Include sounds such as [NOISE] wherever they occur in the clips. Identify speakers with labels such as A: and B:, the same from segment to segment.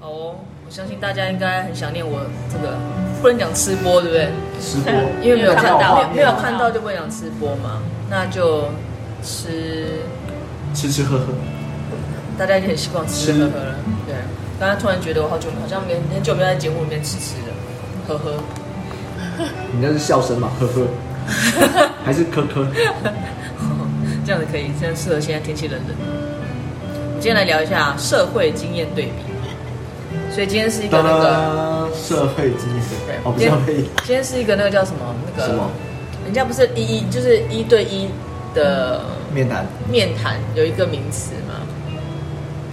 A: 哦我相信大家应该很想念我这个，不能讲吃播，对不对？
B: 吃播，
A: 因为没有看
C: 看
A: 到啊嗯
C: 到，
A: 没有看到就不能讲吃播嘛，那就吃，
B: 吃吃喝喝，
A: 大家已经很习惯吃吃喝喝了。对，刚刚突然觉得我好久好像没很久没有在节目里面吃吃的，喝喝，
B: 你那是笑声 [LAUGHS] 嘛？呵呵，还是科科？
A: [LAUGHS] 这样子可以，真的适合现在天气冷冷的。我们今天来聊一下社会经验对比，所以今天是一个
B: 当
A: 那个，
B: 当，社会经验
A: 对
B: 哦，不是社会
A: 今天是一个那个叫什么那个
B: 什么
A: 人家不是一一就是一对一的
B: 面谈
A: 面谈有一个名词嘛，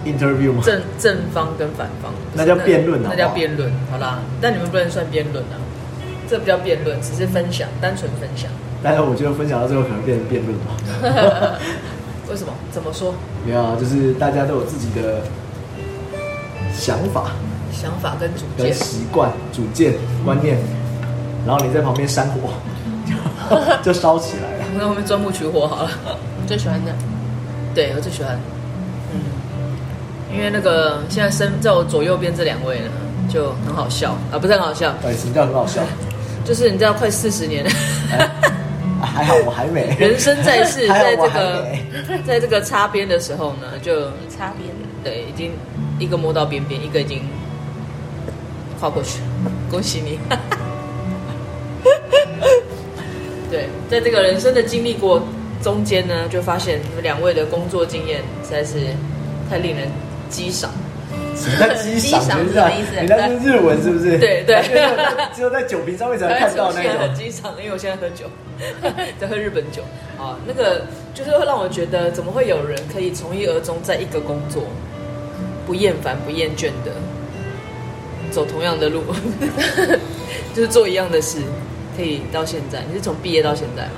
B: interview 吗？
A: 正正方跟反方，
B: 哦那叫辩论啊好不好
A: 那叫辩论，好啦，但你们不能算辩论啊，这不叫辩论，只是分享，单纯分享。
B: 但是我觉得分享到最后可能变成辩论吧。
A: 为什么？怎么说？
B: 没有啊，就是大家都有自己的想法、
A: 想法跟主
B: 跟
A: 见，
B: 习惯、主见、观念，然后你在旁边煽火，就就烧起来了。
A: [LAUGHS] 我们在后面钻木取火好了。
C: 你最喜欢的
A: 对我最喜欢，嗯，因为那个现在身在我左右边这两位呢，就很好笑啊，不是很好笑，
B: 哎，什么叫很好笑？
A: 就是你知道快四十年了。
B: 啊还好我还没。
A: 人生在世，
B: [LAUGHS] 还好
A: 在
B: 我
A: 这
B: 还
A: 个
B: 没
A: 在 [LAUGHS] 这个擦边的时候呢，就
C: 差别的，
A: 对，已经一个摸到边边，一个已经跨过去，恭喜你。 [LAUGHS] 对，在这个人生的经历过中间呢，就发现你们两位的工作经验实在是太令人激赏。
C: [LAUGHS]
B: 什么叫
A: [LAUGHS]
B: 机赏？
C: 机赏
B: 你
C: 是
B: 知道
C: 什么意思
B: 你那是日文是不是？
A: 对对
B: 只有在只有在酒瓶上面才能看到那
A: 很
B: 种。
A: 机场，因为我现在喝酒， [LAUGHS] 在喝日本酒啊，那个就是会让我觉得，怎么会有人可以从一而终，在一个工作不厌烦、不厌倦的走同样的路， [LAUGHS] 就是做一样的事，可以到现在？你是从毕业到现在吗？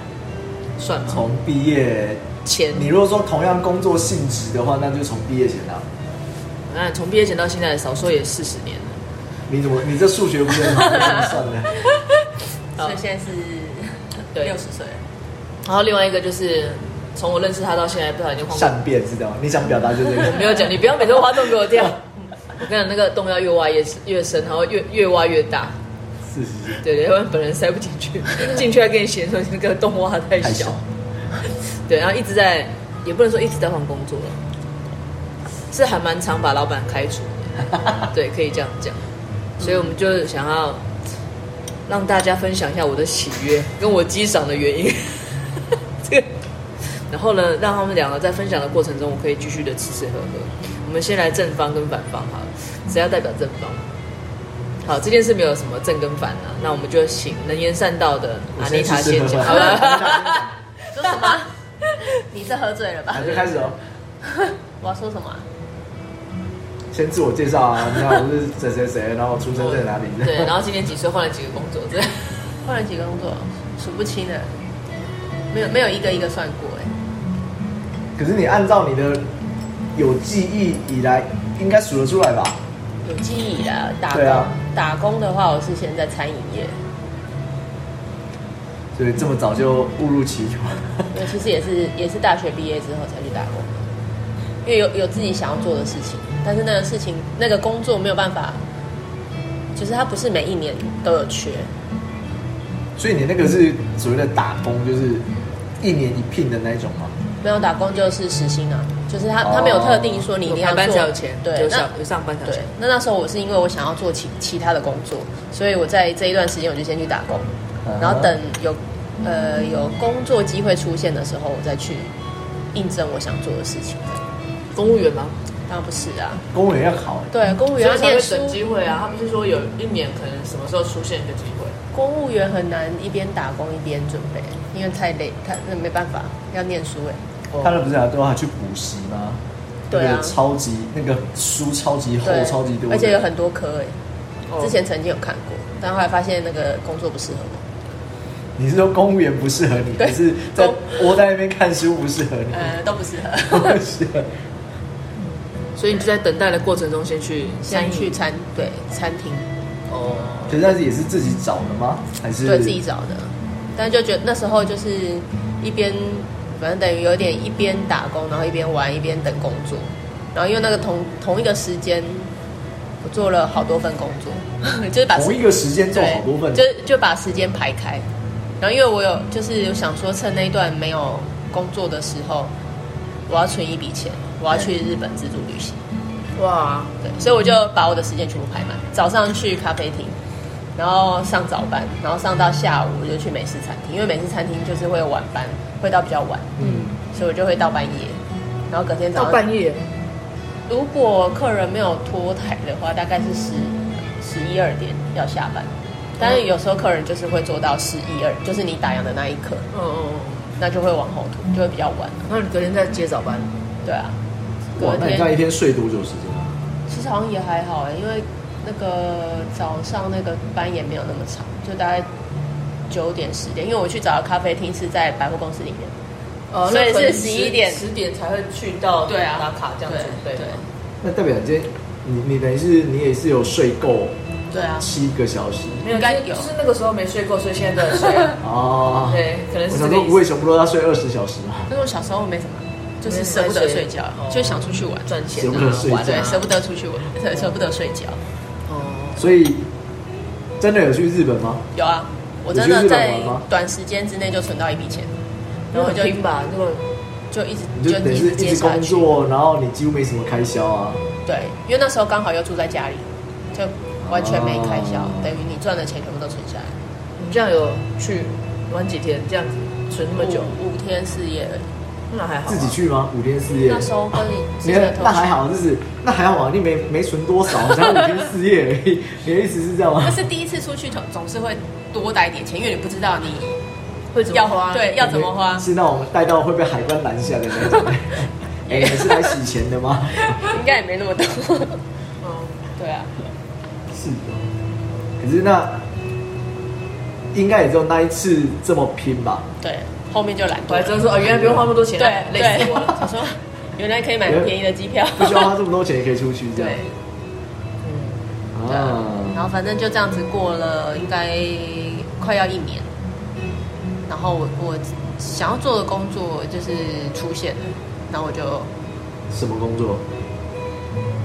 A: 算吗？
B: 从毕业，
A: 前，
B: 你如果说同样工作性质的话，那就从毕业前啊。
A: 那从毕业前到现在，少说也四十年了。
B: 你怎么？你这数学不是很好？怎么算的？
C: 所以现在是
A: 哦啊对
C: [LAUGHS] 六十岁了，
A: 然后另外一个就是，从我认识他到现在，不小心晃过
B: 善变，知道吗？你想表达就是这
C: [LAUGHS]
B: 个。
A: 没有讲，你不要每次挖洞给我跳。我跟你讲，那个洞要越挖越越深，然后越越挖越大。
B: 是是是，
A: 对对，要不然本人塞不进 [LAUGHS] 去，进去还跟你嫌说你那个洞挖太
B: 太
A: 小
B: 小。
A: 对，然后一直在，也不能说一直在换工作了，是还蛮常把老板开除 [LAUGHS] 的。对，可以这样讲。所以我们就想要让大家分享一下我的喜悦跟我激赏的原因。 [LAUGHS] 这个，然后呢，让他们两个在分享的过程中，我可以继续的吃吃喝喝。我们先来正方跟反方好了，谁要代表正方？好，这件事没有什么正跟反啊，那我们就请能言善道的
B: 我
A: 阿
B: 先
A: 妮塔
B: 吃吃
A: 先
B: 喝 [LAUGHS]
A: 讲。
B: 喝
A: 好了
C: 说什么？啊 [LAUGHS] 你是喝醉了吧
B: 那？就开始哦。
C: 我要说什么啊？
B: 先自我介绍啊，你看我是谁谁谁，然后出生在哪里？
A: 对，然后今年几岁，换了几个工作，对，
C: [LAUGHS] 换了几个工作，数不清了，没有没有一个一个算过哎、
B: 可是你按照你的有记忆以来，应该数得出来吧？
C: 有记忆啦，呃打工、
B: 对啊
C: 打工的话，我是先在餐饮业，
B: 所以这么早就误入歧途。
C: 我其实也是也是大学毕业之后才去打工的，因为有有自己想要做的事情，但是那个事情那个工作没有办法，就是它不是每一年都有缺，
B: 所以你那个是所谓的打工，就是一年一聘的那种吗？
C: 没有打工就是时薪啊，就是它
B: 哦
C: 它没有特定说你一定要
A: 排
C: 做
A: 班才有钱，
C: 对，
A: 有
C: 那
A: 上有上班才有
C: 对
A: 钱。，
C: 那那时候我是因为我想要做其其他的工作，所以我在这一段时间我就先去打工，
A: 嗯
C: 然后等有呃有工作机会出现的时候，我再去印证我想做的事情。
A: 公务员吗？
C: 当然不是啊，
B: 公务员要考、
C: 对，公务
A: 所
C: 员
A: 以
C: 要
A: 才
C: 念
A: 会
C: 书，
A: 等机会啊。他不是说有一年可能什么时候出现一个机会？
C: 公务员很难一边打工一边准备，因为太累，太那没办法，要念书哎、
B: 他们不是还都要去补习吗？
C: 对啊
B: 那个超级那个书超级厚，
C: 对，
B: 超级多的，
C: 而且有很多科哎、
A: 哦
C: 之前曾经有看过，但后来发现那个工作不适合我。
B: 你是说公务员不适合你，
C: 对
B: 还是在
C: 公
B: 窝在那边看书不适合你？ [LAUGHS]
C: 呃，都不适合。
B: 不适合。
A: 所以你就在等待的过程中先去
C: 先去餐对餐厅，
A: 哦，
B: 可是那是也是自己找的吗？还是
C: 对自己找的，但就觉得那时候就是一边，反正等于有点一边打工，然后一边玩，一边等工作。然后因为那个同同一个时间，我我做了好多份工作， [LAUGHS] 就是把
B: 同一个时间做
C: 对，
B: 好多份，
C: 就是就把时间排开。然后因为我有就是想说，趁那一段没有工作的时候，我要存一笔钱，我要去日本自助旅行。
A: 哇，
C: 对，所以我就把我的时间全部排满，早上去咖啡厅，然后上早班，然后上到下午我就去美式餐厅，因为美式餐厅就是会有晚班，会到比较晚，
B: 嗯，
C: 所以我就会到半夜，然后隔天早
A: 到
C: 上
A: 半夜，
C: 如果客人没有拖台的话，大概是十十一二点要下班。但是有时候客人就是会做到十一二，就是你打烊的那一刻，
A: 嗯嗯，
C: 哦那就会往后拖，就会比较晚了。
A: 那你隔天再接早班，
C: 对啊，
B: 哇
C: 隔，
B: 那你
C: 天
B: 那一天睡多久时间啊？
C: 其实好像也还好哎、因为那个早上那个班也没有那么长，就大概九点十点。因为我去找的咖啡厅是在百货公司里面，
A: 哦
C: 所以是11点
A: 十点才会去到
C: 对啊
A: 打卡这样子，
C: 对对
B: 那代表你今天你你等于是你也是有睡够
C: 对啊，
B: 七个小时
A: 没有，
C: 应该
A: 就
C: 有
A: 就是那个时候没睡够，所以现在都在睡啊。
B: 哦。
A: 对，可能
B: 我
A: 是
B: 想
A: 这个
B: 说
A: 意
B: 无尾
A: 思。
B: 熊不都要睡二十小时啊吗？
C: 但是我小时候没什么，就是舍不得睡觉，就想出去玩，
A: 赚钱
B: 舍不得睡觉
A: 玩
C: 对，
A: 啊
C: 舍不得出去玩，舍舍不得睡觉。
A: 哦，
B: 所以真的有去日本吗？
C: 有啊，我真
B: 你去
C: 的
B: 日本
C: 在
B: 玩吗
C: 短时间之内就存到一笔钱，
A: 然后
C: 然后我
A: 很
C: 就
A: 拼吧，那个
C: 就一直
B: 你就等于
C: 一
B: 是
C: 直
B: 一
C: 接
B: 直
C: 下
B: 工
C: 去。
B: 作，然后你几乎没什么开销啊。
C: 对，因为那时候刚好又住在家里，就完全没开销，
B: 哦
C: 等于你赚的钱全部都存下来。
A: 你这样有去玩几天，这样子存那么
B: 哦
A: 久，
C: 五五天四夜而已，
A: 那还好啊。
B: 自己去吗？五天四夜？
C: 那时候跟之
B: 你
C: 前的
B: 看
C: 同
B: 那还
C: 学，
B: 好，就是那还好啊，你没没存多少，才五天四夜而已。你的意思是这样吗
C: 但？是第一次出去总总是会多带一点钱，因为你不知道你
A: 会怎么
C: 要
A: 花？
C: 对要怎么
B: [LAUGHS]
C: 花。
B: 是那种带到会被海关拦下的那
C: [LAUGHS]
B: 种。哎、你是来洗钱的吗？
C: 应该也没那么多。
A: 嗯，
C: [LAUGHS] 对啊，
B: 是的。可是那应该也就那一次这么拼吧？
C: 对，后面就懒
A: 我
C: 惰
A: 还
C: 了。
A: 真说哦，原来不用花那么多钱啊，
C: 对，
A: 累死我
C: 对
A: 了。
C: 我
A: [LAUGHS]
C: 说原来可以买便宜的机票。
B: 不需要花这么多钱也可以出去
C: [LAUGHS]
B: 这样
A: 对。，嗯，
C: 然
B: 啊，
C: 后反正就这样子过了，应该快要一年。然后我我想要做的工作就是出现了，然后我就
B: 什么工作？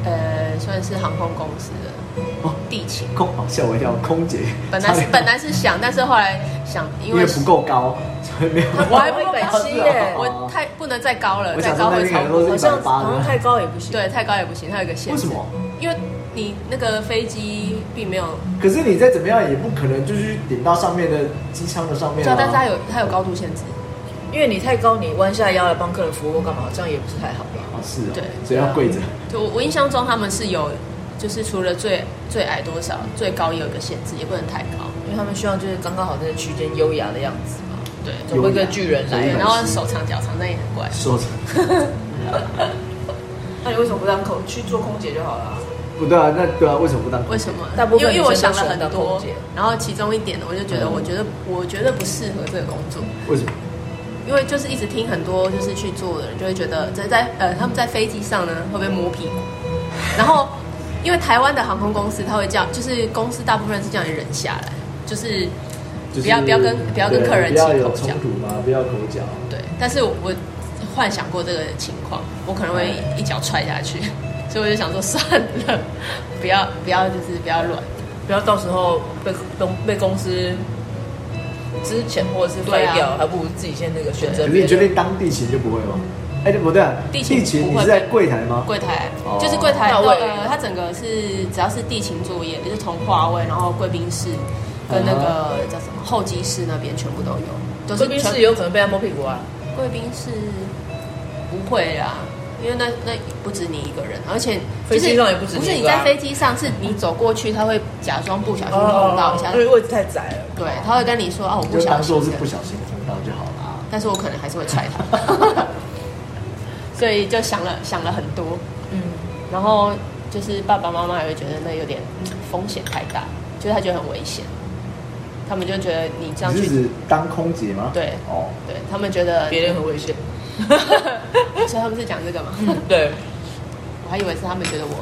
C: 呃算是航空公司的
B: 哦，
C: 地勤。
B: 空哦吓我一跳，空姐。
C: 本来
B: 差
C: 是
B: 点
C: 本来是想，但是后来想，因
B: 因
C: 为
B: 为不够高，所以没有。
A: 我还不够百七
B: 哦
A: 耶
C: 我太不能再高了，
B: 我
C: 再
B: 想
C: 高
B: 说那
C: 会
B: 边
C: 超
B: 可能
C: 过
B: 都。
A: 好
B: 是一
A: 像
B: 百八
A: 好像太
B: 的。
A: 高也不行。
C: 对，太高也不行，它有一个限制。
B: 为什么？？
C: 因为你那个飞机并没有
B: 可是你再怎么样也不可能就是顶到上面的机舱的上面
C: 对啊，但是它
B: 啊。
C: 有它有高度限制，
A: 因为你太高，你弯下腰来帮客人服务干嘛，这样也不是太好吧？
B: 哦，是哦，
C: 对
B: 所以要跪着。
C: 就我我印象中他们是有，就是除了最最矮多少，最高也有一个限制，也不能太高。
A: 因为他们希望就是刚刚好在区间优雅的样子嘛，
C: 对
A: 总不会跟巨人来
B: 优
C: 对，
B: 雅
A: 吧。
C: 然后手长脚长，那也很怪。
B: 说着，
A: 那你为什么不当空去做空姐就好了？
B: 不对啊，那对啊，为什么不当？
C: 为什么？
A: 大部分
C: 因为因为我
A: 女生都
C: 想了
A: 喜欢
C: 很
A: 当空
C: 多
A: 姐，
C: 然后其中一点呢，我就觉得，
B: 嗯
C: 我觉得我觉得不适合这个工作，
B: 为什么？
C: 因为就是一直听很多就是去做的人就会觉得在在呃他们在飞机上呢会被摸屁股，然后因为台湾的航空公司它会叫，就是公司大部分是叫你忍下来，就是
B: 就是
C: 不要不要跟不要跟
B: 对
C: 客人
B: 不要
C: 起
B: 有
C: 口
B: 冲
C: 角
B: 突嘛，不要口角。
C: 对，但是我我幻想过这个情况，我可能会
A: 哎
C: 一脚踹下去，所以我就想说算了，不要不要就是不要乱，
A: 不要到时候被公被公司之前或者是废掉，
C: 对啊
A: 还不如自己先那个选择
B: 可是
A: 别
B: 你决
A: 的。
B: 定当地勤就不会吗？哎，对不对啊，
C: 地勤
B: 你
C: 不会
B: 是在柜台吗？
C: 柜台
B: 哦
C: 就是柜台
A: 到位
C: 呃，它整个是只要是地勤作业，就是从化位，然后贵宾室跟那
A: 嗯
C: 个叫什么候机室那边全部都有，都是
A: 贵宾
C: 全
A: 室有可能被他摸屁股啊，
C: 贵宾室不会啦。因为那那不止你一个人，而且就是
A: 飞机上也不止你一个啊
C: 不是你在飞机上，是你走过去，他会假装不小心碰到一下，
A: 哦因为位置太窄了。
C: 对，他会跟你说啊，我
B: 你
C: 不
B: 就
C: 小
B: 当
C: 心
B: 做
C: 的，
B: 是不小心碰到就好了啊。
C: [LAUGHS] 但是我可能还是会踹
B: [LAUGHS]
C: 他，所以就想了想了很多，
A: 嗯，
C: 然后就是爸爸妈妈也会觉得那有点风险太大，就是他觉得很危险，他们就觉得你这样
B: 你是
C: 去，
B: 指当空姐吗？
C: 对
B: 哦，
C: 对他们觉得，
A: 别人很危险。
C: [LAUGHS] 所以他们是讲这个嘛，
A: [LAUGHS]
B: 嗯
A: 对，
C: 我还以为是他们觉得我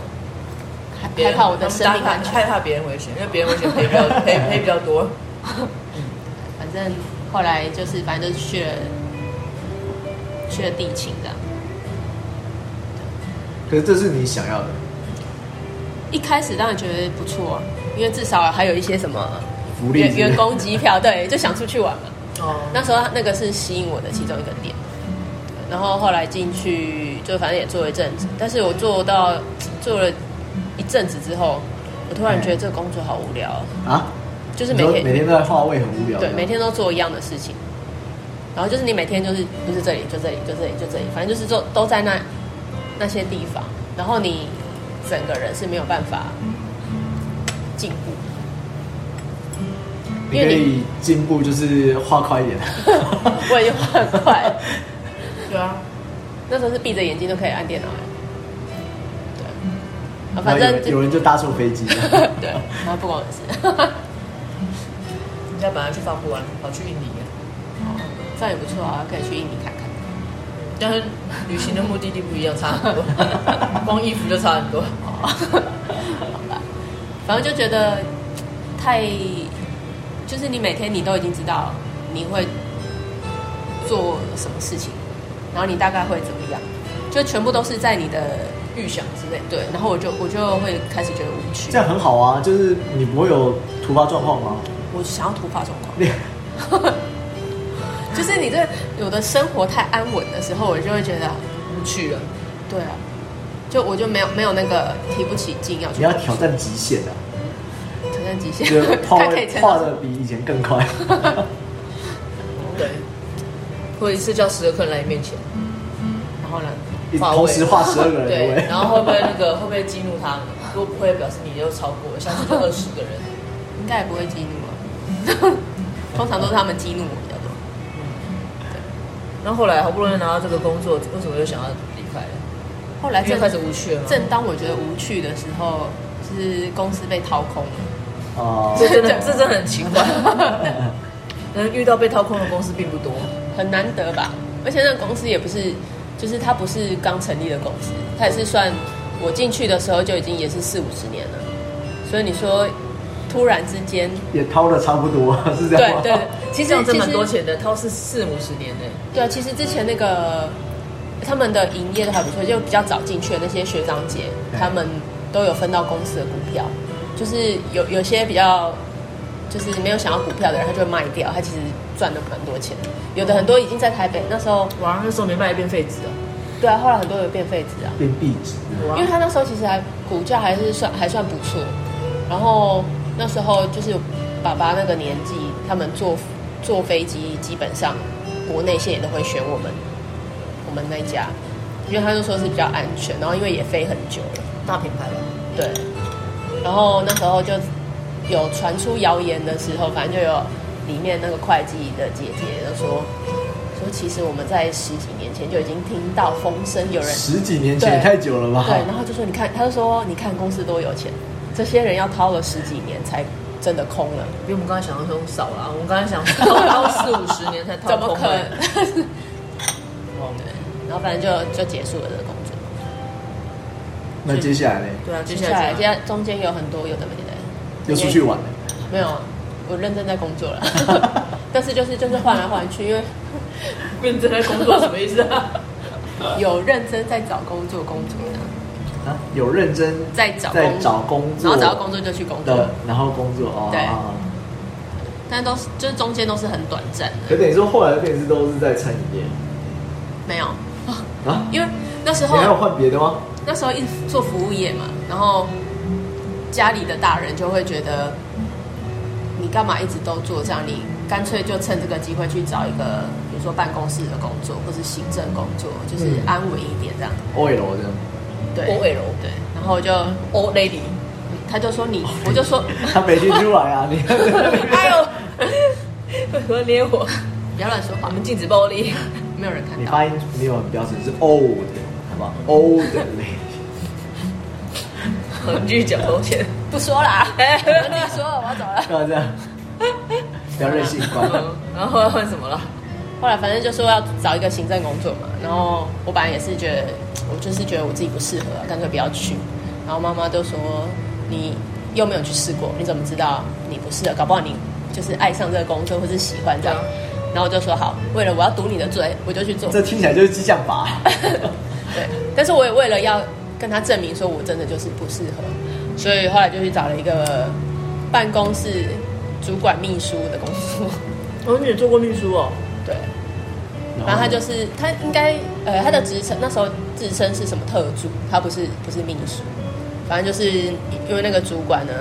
C: 害
A: 别
C: 害
A: 人
C: 怕我的生命
A: 他
C: 安
A: 们
C: 全，
A: 害怕别人危险，因为别人危险赔比较 [LAUGHS] 赔赔比较多。
C: 反正后来就是反正就是去了去了地勤这样。
B: 可是这是你想要的，
C: 一开始当然觉得不错、啊，因为至少还有一些什么
B: 福利
C: 员
B: 之类的
C: 员工机票，对，就想出去玩嘛。
A: 哦，
C: 那时候那个是吸引我的其中一个点。对然后后来进去，就反正也做了一阵子，但是我做到做了一阵子之后，我突然觉得这个工作好无聊哦，
B: 啊，
C: 就是每
B: 你
C: 天
B: 说每天都在画位，很无聊。
C: 对每天都做一样的事情，然后就是你每天就是就是这里就这里就这里就这里，反正就是做都在那那些地方，然后你整个人是没有办法进步。
B: 你
C: 因
B: 可
C: 为你
B: 以进步，就是画快一
C: [LAUGHS]
B: 点。 [LAUGHS]
C: 我已经很快了，
A: 对啊，
C: 那时候是闭着眼睛就可以按电脑了。对，啊，
B: 然后
C: 反
B: 有
C: 正
B: 人有
C: 就
B: 人就搭错飞机。 [LAUGHS]
C: [LAUGHS] 对，然后不关我的事， [LAUGHS]
A: 人家本来去法国玩，跑去印尼了，
C: 这样也不错啊，可以去印尼看看。
A: 但是旅行的目的地不一样，差很 [LAUGHS] 多，光衣服就差很多。
C: 反正就觉得太，就是你每天你都已经知道你会做什么事情，然后你大概会怎么样，就全部都是在你的预想之内。对，然后我就我就会开始觉得无趣
B: 这，样很好啊，就是你不会有突发状况吗？ [LAUGHS]
C: 我想要突发状况。
B: 你
C: 就是你这有的生活太安稳的时候，我就会觉得，
A: 无趣了，
C: 对啊，就我就没有没有那个提不起劲要去
B: 你要挑战极限啊，
C: 挑战极限
B: 就是，
C: [LAUGHS]
B: 画
C: 看可以撑
B: 画
C: 到
B: 的比以前更
C: [LAUGHS]
B: 快。
A: 对，或一次叫十个客人来你面前，嗯
C: 然后呢，
B: 你
A: 画位
B: 同时画十二个人
A: 对
B: 对不对，
A: 然后会不会那个会不会激怒他们？如果不会，表示你又超过了，下次就二十 [LAUGHS] 个人。
C: 应该也不会激怒我， [LAUGHS] 通常都是他们激怒我比较多。
A: 然后后来好不容易拿到这个工作，为什么又想要离开了？
C: 后来
A: 因为
C: 正
A: 开始无趣了吗？
C: 正当我觉得无趣的时候，就是公司被掏空了，
B: 哦，
A: [LAUGHS] 这真的这真的很奇怪， [LAUGHS] 能遇到被掏空的公司并不多。
C: 很难得吧？而且那个公司也不是，就是它不是刚成立的公司，它也是算我进去的时候就已经也是四五十年了，所以你说突然之间，
B: [LAUGHS] 也掏的差不多，是这样
C: 对
B: 吗？
C: 对，其实
A: 这样
C: 其
A: 挣
C: 实
A: 蛮多钱的，掏是四五十年呢。
C: 对啊，其实之前那个他们的营业都还不错，就比较早进去的那些学长姐，
B: 对
C: 他们都有分到公司的股票，就是有有些比较就是没有想要股票的人，他就会卖掉，他其实赚了蛮多钱。有的很多已经在台北，那时候
A: 哇，那时候没卖一遍废纸啊！
C: 对啊，后来很多有变废纸啊，
B: 变壁纸，
A: 哇
C: 因为他那时候其实还股价还是算还算不错，然后那时候就是爸爸那个年纪，他们坐坐飞机基本上国内线也都会选我们我们那一家，因为他就说是比较安全，然后因为也飞很久了，
A: 大品牌啊吧，
C: 对，然后那时候就有传出谣言的时候，反正就有里面那个会计的姐姐就说说其实我们在十几年前就已经听到风声有人
B: 十几年前也
C: 对
B: 太久了吧？
C: 对，然后就说你看，他就说你看公司多有钱，这些人要掏了十几年才真的空了，
A: 比我们刚才想的都少啦。我们刚才想掏掏四五十年才掏
C: 怎么
A: 空
C: 可
A: 欸？
C: 能？哦对然后反正就就结束了这个工作。
B: 那接下来呢？
A: 对啊，接
C: 接
A: 下
C: 下来，
A: 来
C: 接
A: 这样
C: 下来中间有很多有的没的，
B: 又出去玩了，
C: 没有，啊我认真在工
A: [LAUGHS]
C: 作了，但是就是就是换来换去，因为
A: 认真在工作什么意思啊？ [LAUGHS]
C: 有认真在找工作工作的，
B: 啊，有认真
C: 在找工
B: 在找工作，
C: 然后找到工作就去工作
B: 的，，然后工作哦，
C: 对
B: 哦
C: 但都是就是中间都是很短暂
B: 可
C: 的，
B: 等于说后来的面试都是在餐饮业
C: 没有， [GASPS]
B: 啊？
C: 因为那时
B: 你
C: 候
B: 还有换别的吗？
C: 那时候一直做服务业嘛，然后家里的大人就会觉得，你干嘛一直都做这样？你干脆就趁这个机会去找一个，比如说办公室的工作，或是行政工作，就是
B: 嗯
C: 安稳一点这样。
B: OL 这样，
C: 对
A: OL
C: 对，然后我就
A: old lady，
C: 他就说
A: 哦
C: 你，我就
A: [LAUGHS]
C: 说
B: 他没听出来
C: [LAUGHS]
B: 啊，你
A: 哎呦，为什么捏我？
C: 不要乱说
A: 我
C: 话，
A: 们禁止暴力。
C: 没有人看
B: 你
C: 到
B: 发。音没有很标准，是 old 好吧？old lady，
A: 好，你继续讲头 [LAUGHS] 前。
C: 不说啦，
A: 哎
C: 我自己说了，我要走了。
B: 不要这样，不要任性，
C: [LAUGHS]
B: 乖。
A: 嗯，然后要换什么了？
C: 后来反正就说要找一个行政工作嘛，然后我本来也是觉得，我就是觉得我自己不适合、啊，干脆不要去。然后妈妈就说：“你又没有去试过，你怎么知道你不适合？搞不好你就是爱上这个工作，或是喜欢这样。
A: 啊
C: 然后我就说：“好，为了我要堵你的嘴，我就去做。
B: 这听起来就是激将法，”
C: 对，但是我也为了要跟他证明说我真的就是不适合，所以后来就去找了一个办公室主管秘书的工作。 [LAUGHS]
A: 哦，你也做过秘书哦？
C: 对， [LAUGHS] 然后他就是他应该呃他的职称那时候职称是什么特助，他不是不是秘书，反正就是因为那个主管呢，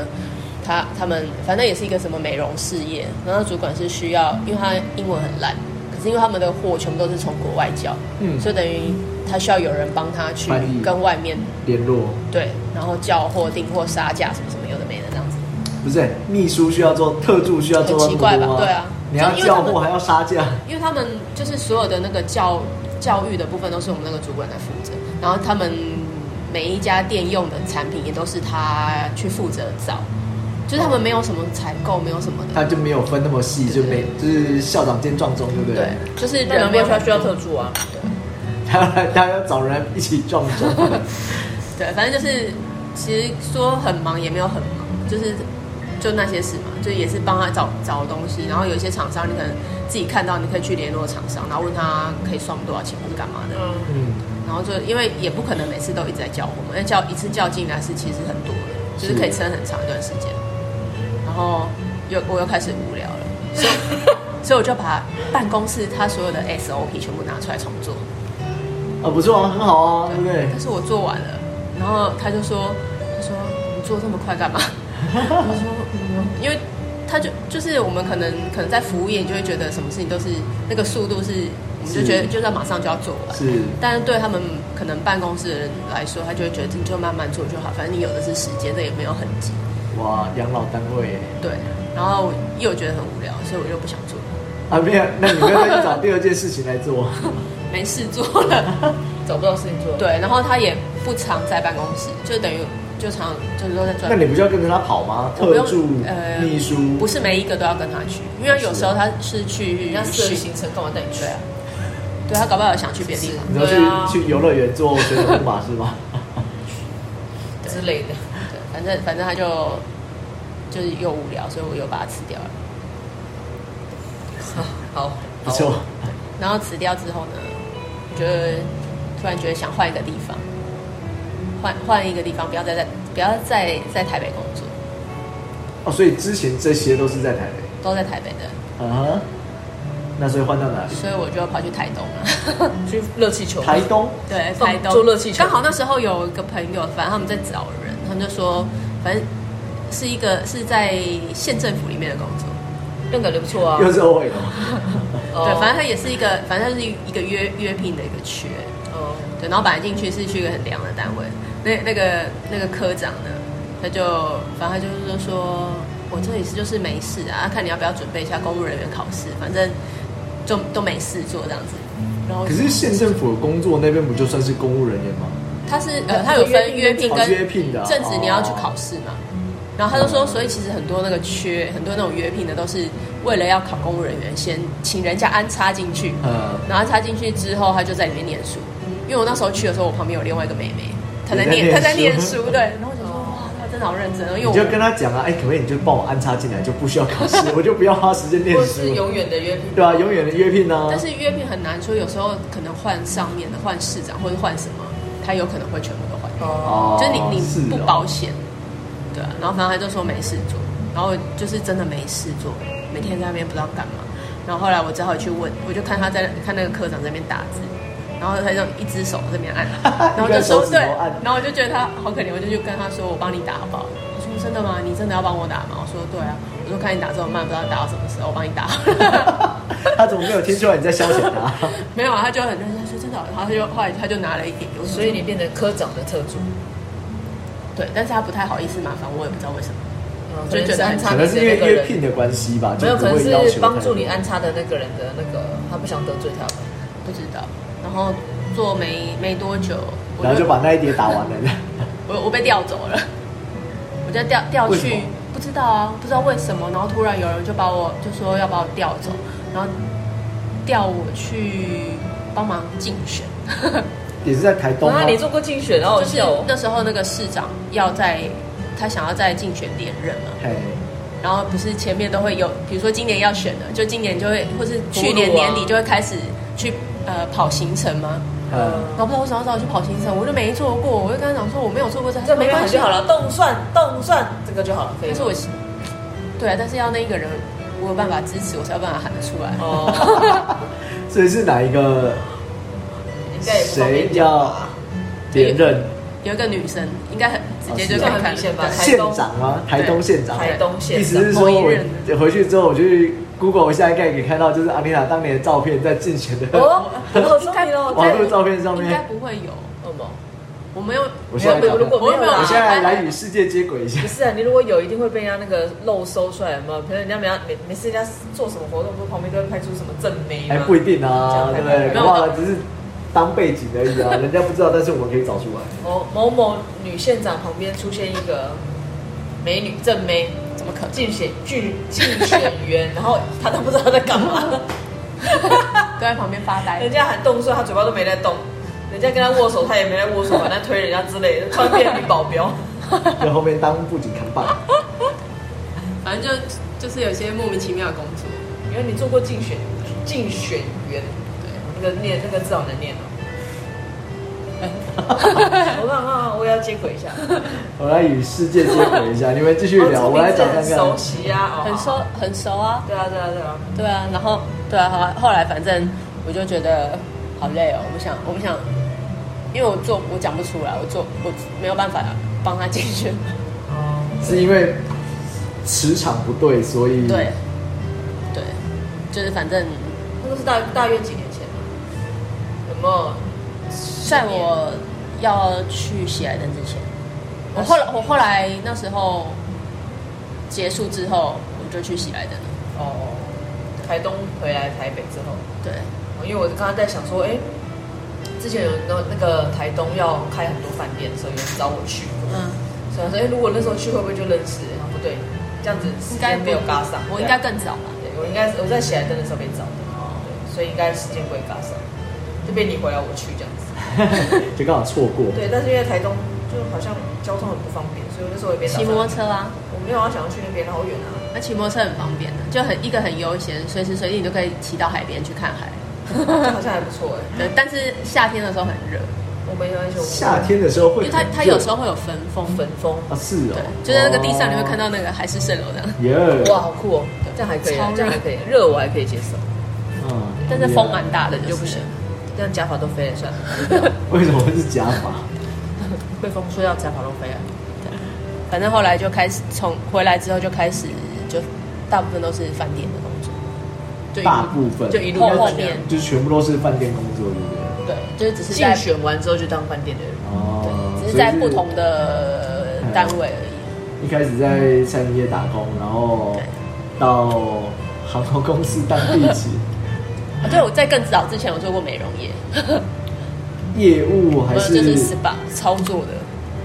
C: 他他们反正也是一个什么美容事业，然后主管是需要，因为他英文很烂，可是因为他们的货全部都是从国外叫，
B: 嗯
C: 所以等于他需要有人帮他去
B: 翻译
C: 跟外面
B: 联络
C: 对，然后叫货订货杀价什么什么有的没的这样子。
B: 不是秘书需要做，特助需要做到
C: 很奇怪吧
B: 那么多吗
C: 对啊
B: 你要
C: 就是因为
B: 叫
C: 他们
B: 货还要杀价， [LAUGHS]
C: 因为他们就是所有的那个教教育的部分都是我们那个主管来负责，然后他们每一家店用的产品也都是他去负责找，就是他们没有什么采购，没有什么
B: 他
C: 的，
B: 就没有分那么细，就没就是校长兼撞钟，对不对？
C: 对，就是
A: 那难
C: 人没
A: 怪
C: 有
A: 他需要特助啊。
B: 他 [LAUGHS] 他要找人一起撞钟，
C: [LAUGHS] 对，反正就是其实说很忙也没有很忙，就是就那些事嘛，就也是帮他找找东西，然后有一些厂商你可能自己看到，你可以去联络厂商，然后问他可以算多少钱或是干嘛的，
A: 嗯，
B: 嗯，
C: 然后就因为也不可能每次都一直在叫我们，因为叫一次叫进来是其实很多的，就是可以撑很长一段时间。然后又我又开始无聊了，所以所以我就把办公室他所有的 SOP 全部拿出来重做，
B: 啊不错啊，很好啊，对不对？
C: 但是我做完了，然后他就说，他说你做这么快干嘛？我说，嗯，因为他就就是我们可能可能在服务业，你就会觉得什么事情都是那个速度是，我们就是觉得就是要马上就要做完。
B: 是
C: 但是对他们可能办公室的人来说，他就会觉得你就慢慢做就好，反正你有的是时间，这也没有很急。
B: 哇，养老单位耶
C: 对，然后又觉得很无聊，所以我就不想做了，
B: 啊，没有，那你们要再去找第二件事情来
C: [LAUGHS]
B: 做，
C: 没事做
A: [LAUGHS]
C: 了。
A: 找不到事情做。
C: 对，然后他也不常在办公室，就等于就常就是说在
B: 那
C: 专。
A: 嗯
B: 你不就要跟着他跑吗？
C: 我不
B: 特
C: 用
B: 助、
C: 呃
B: 秘书，
C: 不是每一个都要跟他去，因为有时候他是去
A: 人家设
C: 巡
A: 行程干嘛带你去
C: 对啊？对他搞不好想去别的地方。
B: 你要去、
A: 对啊
B: 去游乐园做选手木马是
C: [LAUGHS]
B: 吗？
A: 之类的。
C: 对，反正反正他就就是又无聊，所以我又把它辞掉了。
A: [LAUGHS] 好，
B: 不
A: 哦
B: 错，
C: 然后辞掉之后呢，我觉得突然觉得想换一个地方，换换一个地方，不要再在不要再在台北工作，
B: 哦，所以之前这些都是在台北，
C: 都在台北的，
B: 啊哈，那所以换到 [LAUGHS] 哪里？
C: 所以我就跑去台东了。 [LAUGHS]
A: 去热气球。
B: 台东，
C: 对，
A: 放
C: 台东
A: 做热气球
C: 刚好那时候有一个朋友，反正他们在找人，他们就说，反正是一个是在县政府里面的工作。
A: 那感觉不错啊。
B: 又是 OL，
A: 哦
C: 对，反正它也是一个，反正它是一个约约聘的一个缺。
A: 哦，
C: 对，然后本来进去是去一个很凉的单位，那那个那个科长呢，他就反正他就是说，我这里是就是没事啊，看你要不要准备一下公务人员考试，反正就都没事做这样子。然后
B: 嗯可是县政府的工作那边不就算是公务人员吗？
C: 他是呃，他有分约聘
B: 哦
C: 跟
B: 约聘的啊
C: 正职，你要去考试嘛。然后他就说，所以其实很多那个缺，很多那种约聘的都是为了要考公务人员，先请人家安插进去，
B: 呃，
C: 然后插进去之后，他就在里面念书。因为我那时候去的时候，我旁边有另外一个妹妹，她在
B: 也
C: 念，
B: 在念
C: 她在念
B: 书
C: 书，对。然后我就说，哇，她真的好认真哦，因为
B: 你
C: 我
B: 就跟他讲啊，哎，可不可以你就帮我安插进来，就不需要考 [LAUGHS] 试，我就不要花时间念
A: 或
B: 书
A: 是，永远的约聘。
B: 对啊，永远的约聘啊
C: 但。是约聘很难说，有时候可能换上面的，换市长或者换什么，他有可能会全部都换。
A: 哦，
B: 哦，
C: 就是你
B: 是
C: 你不
B: 哦
C: 保险，对啊。然后反正他就说没事做，然后就是真的没事做，每天在那边不知道干嘛。然后后来我只好去问，我就看他在看那个科长在那边打字，然后他就一只手在那
B: [LAUGHS]
C: 边按，然后就
B: 一
C: 说
B: 个手指
C: 对
B: 头按，
C: 然后我就觉得他好可怜，我就去跟他说我帮你打好不好？我说真的吗？你真的要帮我打吗？我说对啊，我说看你打这么慢，不知道打到什么时候，我帮你打。
B: 他怎么没有听出来你在消
A: [LAUGHS]
B: 遣他？
C: [LAUGHS] 没有啊，他就很认真，他说真的哦，然后他就后来他就拿了一点，我说
A: 所以你变成科长的特助，
C: 对，但是他不太好意思麻烦我，也不知道为什么。
A: 嗯
C: 就觉
A: 可能
C: 得
A: 是安插
B: 可
A: 你
B: 能是因为
A: 的那个
B: 约
A: 人，
B: 聘的关系吧，就
A: 没有，
B: 不
A: 可能
B: 会要求
A: 是
B: 太多
A: 帮助你安插的那个人的那个，他不想得罪他吧。
C: 不知道。然后做没没多久，我
B: 然后就把那一叠打完了。 [LAUGHS]
C: 我我被调走了， [LAUGHS] 我就调调
B: 为什么
C: 去，不知道啊，不知道为什么。然后突然有人就把我就说要把我调走，然后调我去帮忙竞选，
B: 也是在台东吗
A: 啊，？你做过竞选，然后我
C: 就是
A: 笑哦。
C: 那时候那个市长要在他想要在竞选连任嘛，
B: 嘿，
C: 然后不是前面都会有，比如说今年要选的，就今年就会，或是去
A: 铺路
C: 年
A: 啊
C: 年底就会开始去呃跑行程吗？
B: 嗯
C: 然后不知道为什么要找我去跑行程，我就没做过，我就跟他讲说我没有做过这，
A: 在旁边喊就好了，动算动算，这个就好了，可以
C: 但
A: 吗。
C: 是我喜对啊，但是要那一个人我有办法支持，我才有办法喊得出来。
A: 哦，
B: 所以是哪一个
A: [LAUGHS] 应该也不方
B: 谁
A: 便讲
B: 要
A: 吧。
B: 连任
C: 有一个女生应该很直接就可以看
A: 哦是啊
C: 对
B: 县长吗？台东县长。
A: 台东县
B: 意思
A: 长
B: 是说
C: 某一任
B: 我回去之后我就去 Google 一下，应该可以看到就是阿丽塔当年的照片在竞选的。
A: 哦，好聪明哦，
B: 网络
A: 在
B: 照片上
C: 应该
B: 面，
C: 不会有，
A: 什么？
C: 我没有，
B: [LAUGHS] 我现在
A: 没有如果
C: 我
A: 没
C: 又
A: 有
C: 没有啊哎
A: 啦，
B: 我现在来与世界接轨一下
A: 不。是啊，你如果有，一定会被人家那个漏搜出来，有没有？可能人家没每每次人家做什么活动，不是旁边都会拍出什么正妹
B: 还
A: 吗？
B: 不一定啊，对不对？
A: 没
C: 有
B: 搞不好只是当背景而
A: [LAUGHS]
B: 已啊，人家不知道，但是我们可以找出来。
A: 某某某女县长旁边出现一个美女正妹
C: 怎么可能？
A: 竞选竞竞选员，然后她都不知道她在干
B: [LAUGHS]
A: 嘛，
C: 都在旁边发呆
A: 人。家喊动说她嘴巴都没在动，人家跟她握手她也没在握手，反正推人家之类的，突然变成女保镖。
B: 在后面当布景扛棒，
C: [LAUGHS] 反正就就是有一些莫名其妙的工作，
A: 因为你做过竞选竞选员，那个念那个字好难念哦。哦
C: [LAUGHS]
A: 我看看，我也要接轨一下。
B: 我来与世界接轨一下。你们继续聊，
A: 哦这
B: 我来
A: 名
B: 讲
A: 字
B: 看
A: 很熟
B: 看。
A: 悉啊，哦
C: 很熟。很熟啊，
A: 对啊，对啊，对啊。
C: 对啊，然后对啊，后后来反正我就觉得好累哦，我不想我不想，因为我做我讲不出来，我做我没有办法帮他解决，
A: 哦，
B: 是因为磁场不对，所以
C: 对对，就是反正
A: 那个是大大约几年前啊？有没有？
C: 在我要去喜来登之前，我后来我后来那时候结束之后，我就去喜来登了，
A: 哦，台东回来台北之后，
C: 对，
A: 哦因为我刚刚在想说，哎，之前有那那个台东要开很多饭店，所以有人找我去。
C: 嗯，
A: 所以说，哎，如果那时候去会不会就认识？然后不对，这样子时间没有搭上。
C: 我应该更早吧，
A: 对，我应该是我在喜来登的时候被找的，对，所以应该时间不会搭上，就被你回来我去这样子。
B: [LAUGHS] 就刚好错过。
A: 对，但是因为台东就好像交通很不方便，所以我那时候也被打
C: 骑
A: 算
C: 摩托车啊。
A: 我没有要想要去那边好远 [LAUGHS] 啊，
C: 那骑摩托车很方便的，就很一个很悠闲，随时随地你都可以骑到海边去看海。
A: 这好像还不错哎、
C: 对，但是夏天的时候很热，
A: 我没关系，我
B: 夏天的时候
C: 因
B: 会
C: 为
B: 很热，
C: 它它有时候会有分风，
A: 粉风，
B: 啊是
C: 对
B: 哦，，
C: 就在那个地上你会看到那个海市蜃楼这样，
B: 耶，
A: 哇，好酷哦，这样还可以啊
C: 超，热
A: 这样还可以，热我还可以接受，
B: 嗯，
C: 但是风蛮大的，
A: 冷
C: 就
A: 就是不行，这样假发都飞了算了， [LAUGHS]
B: 为什么会是假发？
A: 被风说要假发都飞了，
C: 反正后来就开始从回来之后就开始就大部分都是饭店的工作，就一
B: 大部分
A: 就一路
C: 后
A: 要
C: 后
A: 怎样
C: 面
B: 就是全部都是饭店工作，对不对？
C: 对，就是只是
A: 竞
C: 在
A: 选完之后就当饭店的人，
B: 哦，
C: 只是在
B: 所以
C: 不同的单位而已，
B: 一开始在餐饮业打工，然后到航空公司当地勤，
C: 啊对，我在更早之前我做过美容业，
B: 业务还
C: 我就是是 SPA 操作的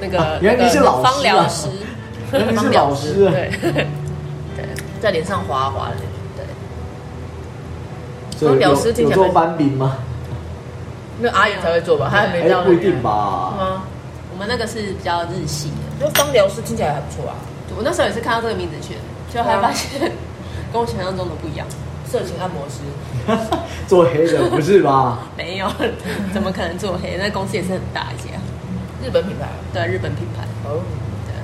C: 那个、
B: 啊原来你是
C: 那个
B: 老师啊
C: 芳疗师，
B: [LAUGHS] 原来你是老师啊
C: 对 [LAUGHS] 对，
A: 在脸上滑啊滑的那种，对，
B: 所以
A: 当
B: 有
A: 老师听
B: 有
A: 起来
B: 做班兵吗？
A: 那阿远才会做吧，他还没
B: 哎
A: 到、那个
B: 不一定
A: 是
B: 吧。
A: 吗？
C: 我们那个是比较日系的。
A: 那芳疗师听起来还不错啊，
C: 我那时候也是看到这个名字去的，就
B: 啊
C: 还发现跟我想象中的不一样。
A: 色情按摩师，
C: 嗯
B: [LAUGHS] 做黑人不是吧？
C: 没有， [LAUGHS] 怎么可能做黑？那公司也是很大一家，
A: 日本品牌
C: 对，啊日本品牌。
A: 哦，
C: 对啊，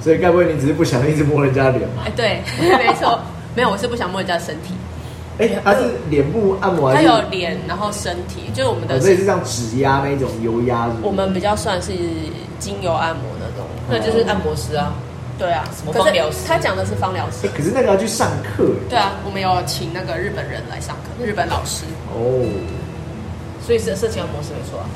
B: 所以该不会你只是不想一直摸人家的脸吧？
C: 哎、对， [LAUGHS] 没错，没有，我是不想摸人家身体。
B: 哎、他是脸部按摩
C: 它
B: 还是？
C: 有脸，然后身体，就是我们
A: 呃
B: 哦
C: 的
B: 所以是像指压那一种油压是不是
C: 我们比较算是精油按摩那种。
A: 那就是按摩师啊，
C: 对啊，
A: 什么
C: 可是
A: 芳疗师
C: 他讲的是芳疗师
B: 哎。可是那个要去上课
C: 对啊，我们有请那个日本人来上课，日本老师。
B: 哦，
A: 所以色色情按摩师没错啊。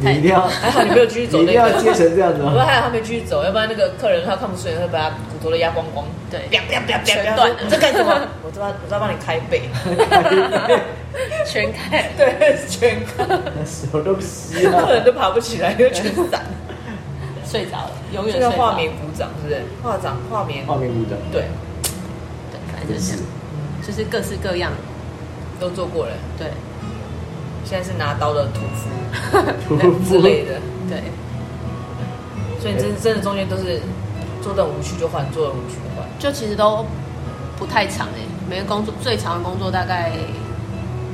B: 你一定
A: [LAUGHS]
B: 要
A: 还好你没有继续走
B: 哦你一
A: 那
B: 定要接啊
A: 个。
B: 成这样子
A: [LAUGHS] 不过
B: 吗？
A: 还好他没继续走，要不然那个客人他看不顺眼，会把他骨头都压光光。
C: 对
A: 啪啪啪啪啪
C: 全断了
A: 你在干什么？我知道，我知道帮你开
B: [LAUGHS]
A: 背。
C: 全开。
A: 对，全客
B: 什么东西啊
A: 客？人都爬不起来，因为全
B: [LAUGHS]
A: 散。
C: 睡着了，永远
A: 这
C: 睡着
A: 叫
C: 了。
A: 画棉鼓掌，是不是？画掌画棉，
B: 画面部的，
A: 对，
C: 对，反
A: [LAUGHS]
C: 正就是这样，就是各式各样。
A: 都做过了。
C: 对
A: 现在是拿刀的屠夫
B: [LAUGHS] 屠
A: 之
B: 夫
A: 类的，
C: 对，
A: 所以你真真的中间都是做的无趣就换，做的无趣就换。
C: 欸就其实都不太长哎、每个工作最长的工作大概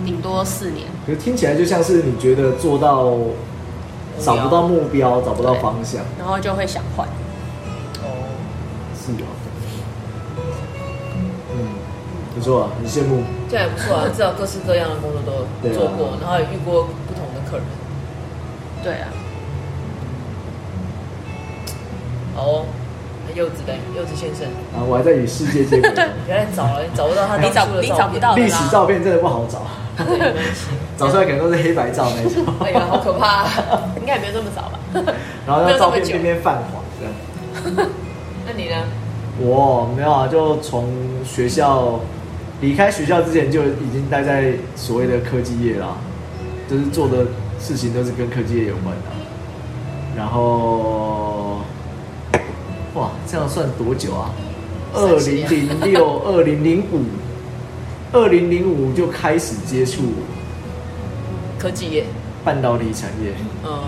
C: 顶多四年。
B: 可是听起来就像是你觉得做到找不到目标，找不到方向，
C: 然后就会想换。
B: 哦是有。嗯，不错啊，很羡慕。
A: 这样也不错
B: [LAUGHS]
A: 啊，至少各式各样的工作都
B: 对啊
A: 做过，然后也遇过不同的客人。
C: 对
A: [LAUGHS]
C: 啊，
A: 好哦，那柚子的柚子先生，
B: 啊，我还在与世界接
A: [LAUGHS]
B: 轨中。
A: 不要再找了，你找不到他
C: 你找
A: 当初的
C: 你找不
A: 照
C: 到
B: 历史照片真的不好找，
A: 片 [LAUGHS] 对没关系。
B: 找出来可能都是黑白照
A: [LAUGHS]
B: 那种。
A: 哎呀，好可怕、啊！
C: 应该也没有这么早吧？
B: 然后
C: 没有
B: 让
C: 这
B: 照
C: 么
B: 片
C: 久
B: 变变泛黄这样。
A: 那你呢？
B: [LAUGHS] 我没有啊，就从学校离开学校之前就已经待在所谓的科技业啦，就是做的事情都是跟科技业有关的啊。然后，哇，这样算多久啊？二
C: 30
B: 零
C: 年
B: 零六、二零零五、二零零五就开始接触
A: 科技业，
B: 半导体产业
A: 嗯，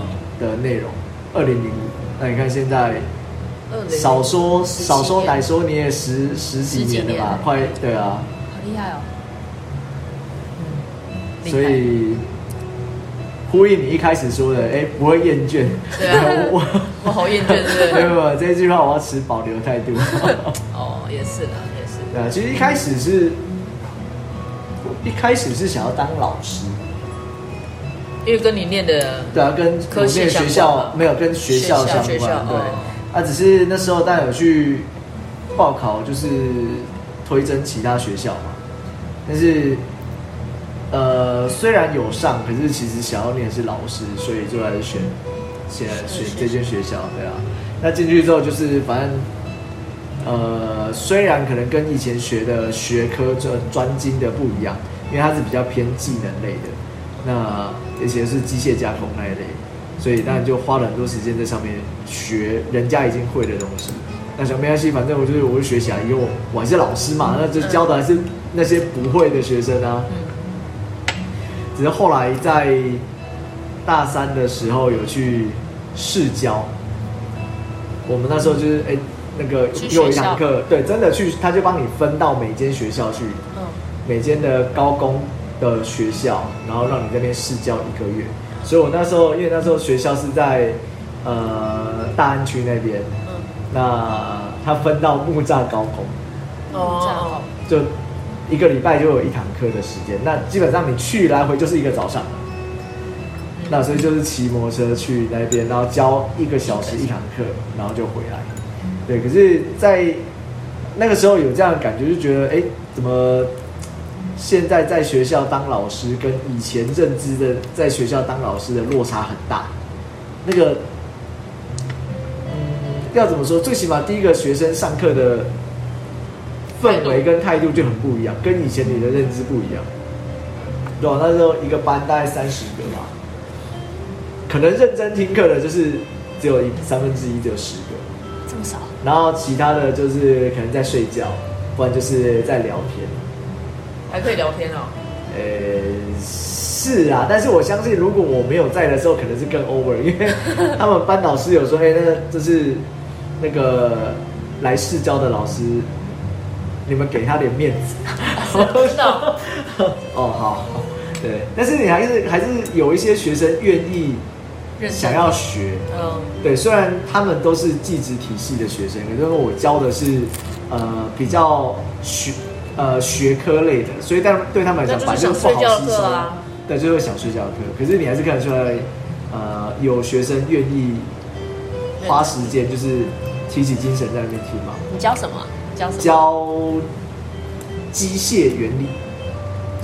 B: 的内容。二零零五，那你看现在
A: 嗯二零
B: 少说少说歹
A: 来
B: 说你也十十几年了吧，快对啊，
C: [LAUGHS] 好厉害哦！
A: 厉害
B: 所以呼应你一开始说的，哎、不会厌倦。
A: 对啊
B: [LAUGHS] 我
A: 我好厌倦，对啊不
B: [LAUGHS] 没
A: 对？
B: 有没有这句话我要持保留态
A: [LAUGHS]
B: 度。
A: 哦，也是啦，也是。
B: 对啊，其实一开始是，一开始是想要当老师，
A: 因为跟你念的
B: 对啊，跟
A: 嗯科系
B: 我念
A: 相关
B: 学校
A: 吧
B: 没有跟学校相
A: 学校学校
B: 关，对
A: 哦。
B: 啊，只是那时候当然有去报考，就是推甄其他学校嘛。但是，呃，虽然有上，可是其实想要念是老师，所以就来选，选选这间学校，对啊。那进去之后就是反正。呃，虽然可能跟以前学的学科专专精的不一样，因为它是比较偏技能类的，那以前是机械加工那一类，所以当然就花了很多时间在上面学人家已经会的东西。那想没关系，反正我就是我就学起来，因为我我还是老师嘛，那就教的还是那些不会的学生啊。只是后来在大三的时候有去试教，我们那时候就是哎、那个
C: 去学
B: 有一堂
C: 校
B: 课，对，真的去他就帮你分到每间学校去，
C: 嗯，
B: 每间的高工的学校，然后让你这边试教一个月。所以我那时候，因为那时候学校是在呃大安区那边，
C: 嗯
B: 那他分到木栅高工，
A: 哦，
B: 就一个礼拜就有一堂课的时间。那基本上你去来回就是一个早上，那所以就是骑摩托车去那边，然后教一个小时一堂课，然后就回来。对，可是，在那个时候有这样的感觉，就觉得哎、诶怎么现在在学校当老师跟以前认知的在学校当老师的落差很大？那个，嗯，要怎么说？最起码第一个学生上课的氛围跟态度就很不一样，跟以前你的认知不一样。对啊、那时候一个班大概三十个吧，可能认真听课的就是只有一三分之一，只有十个。
C: 这么少，
B: 然后其他的就是可能在睡觉，不然就是在聊天。
A: 还可以聊天
B: [LAUGHS]
A: 哦。
B: 呃，是啊，但是我相信如果我没有在的时候，可能是更 over，因为他们班导师有说，哎、那个就是那个来试教的老师，你们给他点面子。我
A: 真的哦
B: [LAUGHS] 哦，好，对，但是你还是还是有一些学生愿意
A: 认真
B: 想要学，
A: 嗯，
B: 对，虽然他们都是技职体系的学生，可是我教的是呃比较学呃学科类的，所以但对他们来讲，
A: 那
B: 反
A: 就是
B: 正
A: 想睡
B: 不好
A: 觉的
B: 吸
A: 课
B: 收
A: 啊。
B: 对，就是想睡觉的课。可是你还是看得出来，呃，有学生愿意花时间，就是提起精神在那边听嘛。
C: 你教什么啊？你教什么？
B: 教机械原理。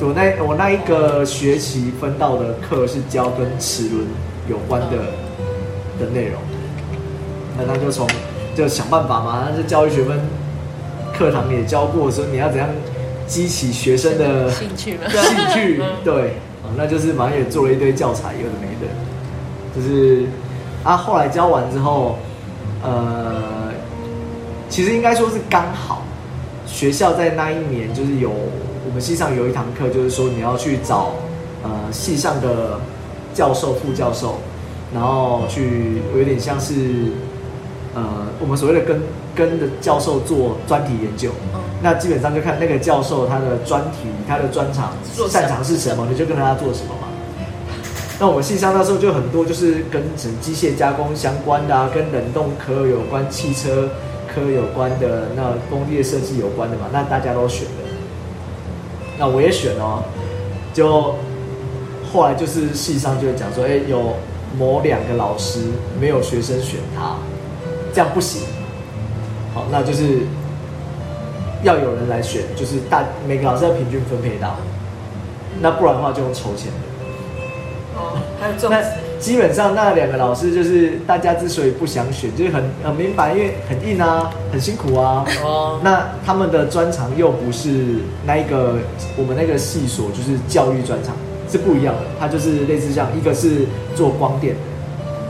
B: 我那我那一个学期分到的课是教跟齿轮有关的的内容，那他就从就想办法嘛，他就教育学分课堂也教过说你要怎样激起学生的
C: 兴趣吗？
B: 兴
C: [LAUGHS]
B: 趣
A: 嗯，
B: 对，哦那就是马上也做了一堆教材，有的没的，就是啊，后来教完之后，呃，其实应该说是刚好，学校在那一年就是有我们系上有一堂课，就是说你要去找呃系上的教授、副教授，然后去有点像是呃，我们所谓的跟跟着教授做专题研究，
C: 嗯
B: 那基本上就看那个教授他的专题、他的专长
A: 做什么
B: 擅长是什么，你就跟着他做什么嘛。那我们系上那时候就很多就是跟什么机械加工相关的啊，跟冷冻科有关、汽车科有关的，那工业设计有关的嘛，那大家都选了。那我也选哦，就后来就是系上就会讲说，哎、有某两个老师没有学生选他，这样不行。好，那就是要有人来选，就是大每个老师要平均分配到，那不然的话就用抽签的。
A: 哦，还有这种
B: 那基本上那两个老师就是大家之所以不想选，就是很很明白，因为很硬啊，很辛苦啊。
A: 哦，
B: 那他们的专长又不是那一个我们那个系所就是教育专长是不一样的，它就是类似像一个是做光电的，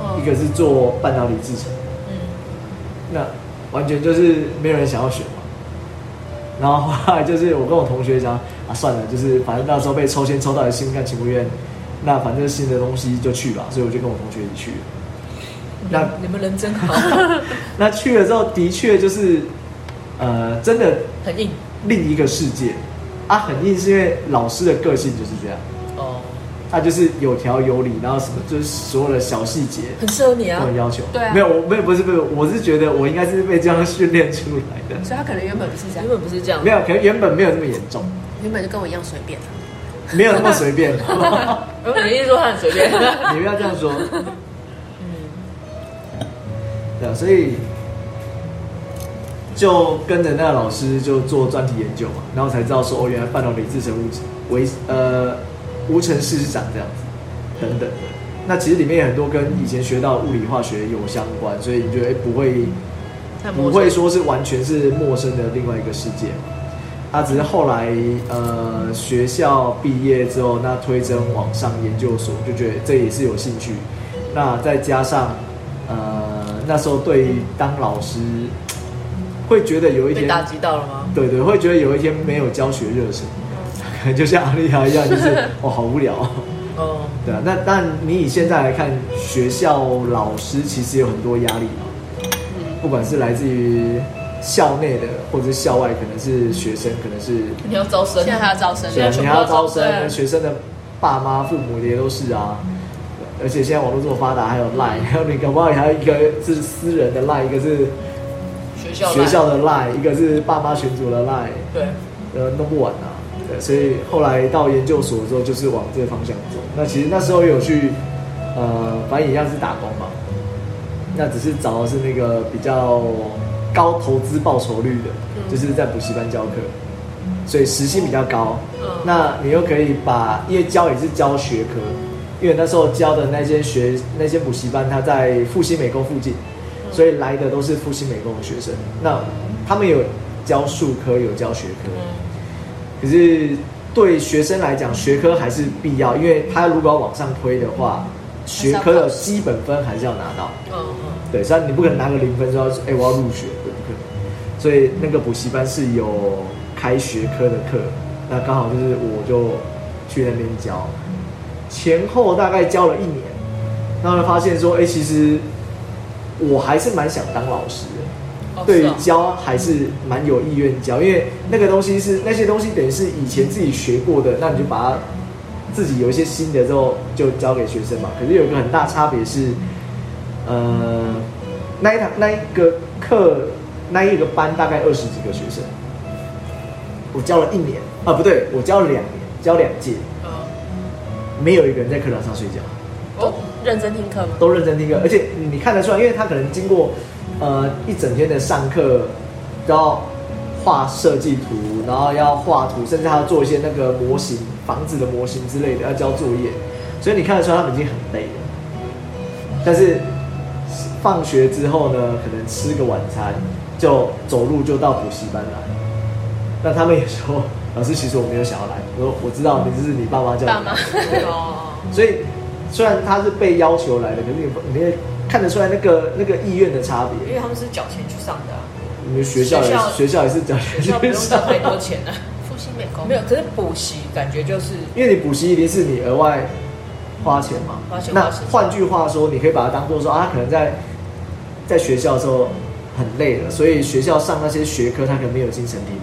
C: 嗯
B: 一个是做半导体制成的，那完全就是没有人想要选嘛。然后后来就是我跟我同学讲啊，算了，就是反正那时候被抽签抽到也心不甘情不愿，那反正新的东西就去吧，所以我就跟我同学一起去了。那
A: 你们人真
B: [LAUGHS]
A: 好，
B: 那去了之后，的确就是，呃，真的
A: 很硬
B: 另一个世界。啊，很硬是因为老师的个性就是这样，
A: 哦，
B: 他就是有条有理，然后什么就是所有的小细节
A: 很适合你
B: 都
A: 啊，
B: 有要求。
C: 对啊
B: 没有，我没有不是不是，我是觉得我应该是被这样训练出来
C: [LAUGHS]
B: 的。
C: 所以他可能原本不是这样
A: 原，本不是这样
B: 没，有，可能原本没有那么严重，
C: 原本就跟我一样随便。
B: 没有那么随
C: [LAUGHS]
B: 便。
A: 呃你一说他很随
B: [LAUGHS]
A: 便，
B: 你不要这样说。
C: 嗯
B: 对啊，所以就跟着那个老师就做专题研究嘛，然后才知道说哦，原来半导体制成无为呃无尘室是长这样子，等等的。那其实里面有很多跟以前学到的物理化学有相关，所以你觉得哎不会
C: 太
B: 不
C: 陌生
B: 会说是完全是陌生的另外一个世界嘛。啊，只是后来呃学校毕业之后，那推甄往上研究所，就觉得这也是有兴趣。那再加上呃那时候对于当老师会觉得有一
A: 被
B: 点，
A: 打击到了吗？
B: 对对，会觉得有一天没有教学热忱，可能就像阿丽亚一样，就是哦好无聊哦、
A: 哦，
B: 对啊，那但你以现在来看，学校老师其实有很多压力嘛，
A: 嗯
B: 不管是来自于校内的，或者是校外，可能是学生，可能是
A: 你要招生，
C: 现在还要招生，
A: 现在嗯
B: 你
A: 全部
B: 还要
A: 都
B: 招
A: 对啊
B: 生，学生的爸妈、父母也都是啊。对而且现在网络这么发达，还有
A: 嗯
B: Line，还有你搞不好还有一个是私人的 Line，一个是
A: 学校
B: 学
A: 来
B: 校的 Line，一个是爸妈群组的 Line，
A: 对，
B: 呃，弄不完啊。对，所以后来到研究所之后，就是往这个方向走。那其实那时候也有去，呃，反正一样是打工嘛。那只是找的是那个比较高投资报酬率的，
A: 嗯
B: 就是在补习班教课，所以时薪比较高。
A: 嗯
B: 那你又可以把，因为教也是教学科，因为那时候教的那些学那些补习班，它在复兴美工附近，
A: 嗯
B: 所以来的都是复兴美工的学生。那他们有教数科，有教学科。
A: 嗯，
B: 可是对学生来讲，学科还是必要，因为他如果要往上推的话，学科的基本分还是要拿到。
A: 嗯嗯，
B: 对，虽然你不可能拿个零分说，哎、我要入学，对，不可能。所以那个补习班是有开学科的课，那刚好就是我就去那边教，前后大概教了一年，然后就发现说，哎、其实我还是蛮想当老师的。
A: 哦是
B: 对于 [LAUGHS]
A: 哦
B: 教还是蛮有意愿教，因为那个东西是那些东西等于是以前自己学过的，那你就把它自己有一些新的之后就教给学生嘛。可是有一个很大差别是，呃，那一堂那一个课那一个班大概二十几个学生，我教了一年啊，不对，我教了两年，教两届，
A: 嗯
B: 没有一个人在课堂上睡觉。
C: 都
A: 哦，
C: 认真听课吗？
B: 都认真听课，而且你看得出来，因为他可能经过呃一整天的上课，都要画设计图，然后要画图，甚至还要做一些那个模型、房子的模型之类的，要交作业，所以你看得出来他们已经很累了。但是放学之后呢，可能吃个晚餐，就走路就到补习班来。那他们也说， [LAUGHS] 老师，其实我没有想要来。我说我知道，你这是你爸妈叫你来
C: 爸妈 [LAUGHS]
B: 对
A: 哦，
B: 所以虽然他是被要求来的，可是你你也看得出来那个那个意愿的差
A: 因
B: 别。
A: 为他们是缴钱去上
B: [LAUGHS]
A: 的啊，
B: 你们学校也
A: 学校
B: 学校也是讲
A: 学校不用交太多钱啊，
C: 复兴美
B: 哦
C: 工
A: 没有，可是补习感觉就是
B: [LAUGHS] 因为你补习一定是你额外花钱嘛。
A: 花钱
B: 那
A: 花时间
B: 换句话说，你可以把它当做说啊，可能在在学校的时候很累了，所以学校上那些学科他可能没有精神体力，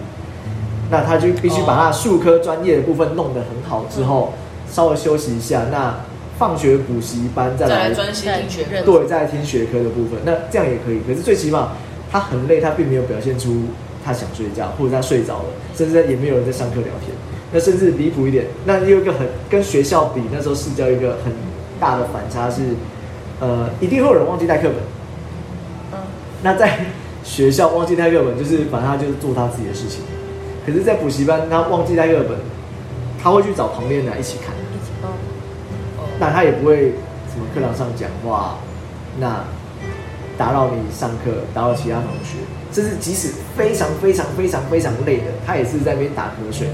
B: 那他就必须把他术科专业的部分弄得很好之后，稍微休息一下，那放学补习班再
A: 再
B: 来
A: 来专心听学
C: 认
A: 科。
B: 对，在听学科的部分，那这样也可以。可是最起码他很累，他并没有表现出他想睡觉，或者他睡着了，甚至也没有人在上课聊天。那甚至离谱一点，那又一个很跟学校比，那时候市郊一个很大的反差是，呃，一定会有人忘记带课本。
C: 嗯，
B: 那在学校忘记带课本，就是反正他就是做他自己的事情。可是，在补习班他忘记带课本，他会去找旁边的人一起看。
C: 一起哦，
B: 那他也不会什么课堂上讲话，那打扰你上课，打扰其他同学，甚至即使非常非常非常非常累的，他也是在那边打瞌睡。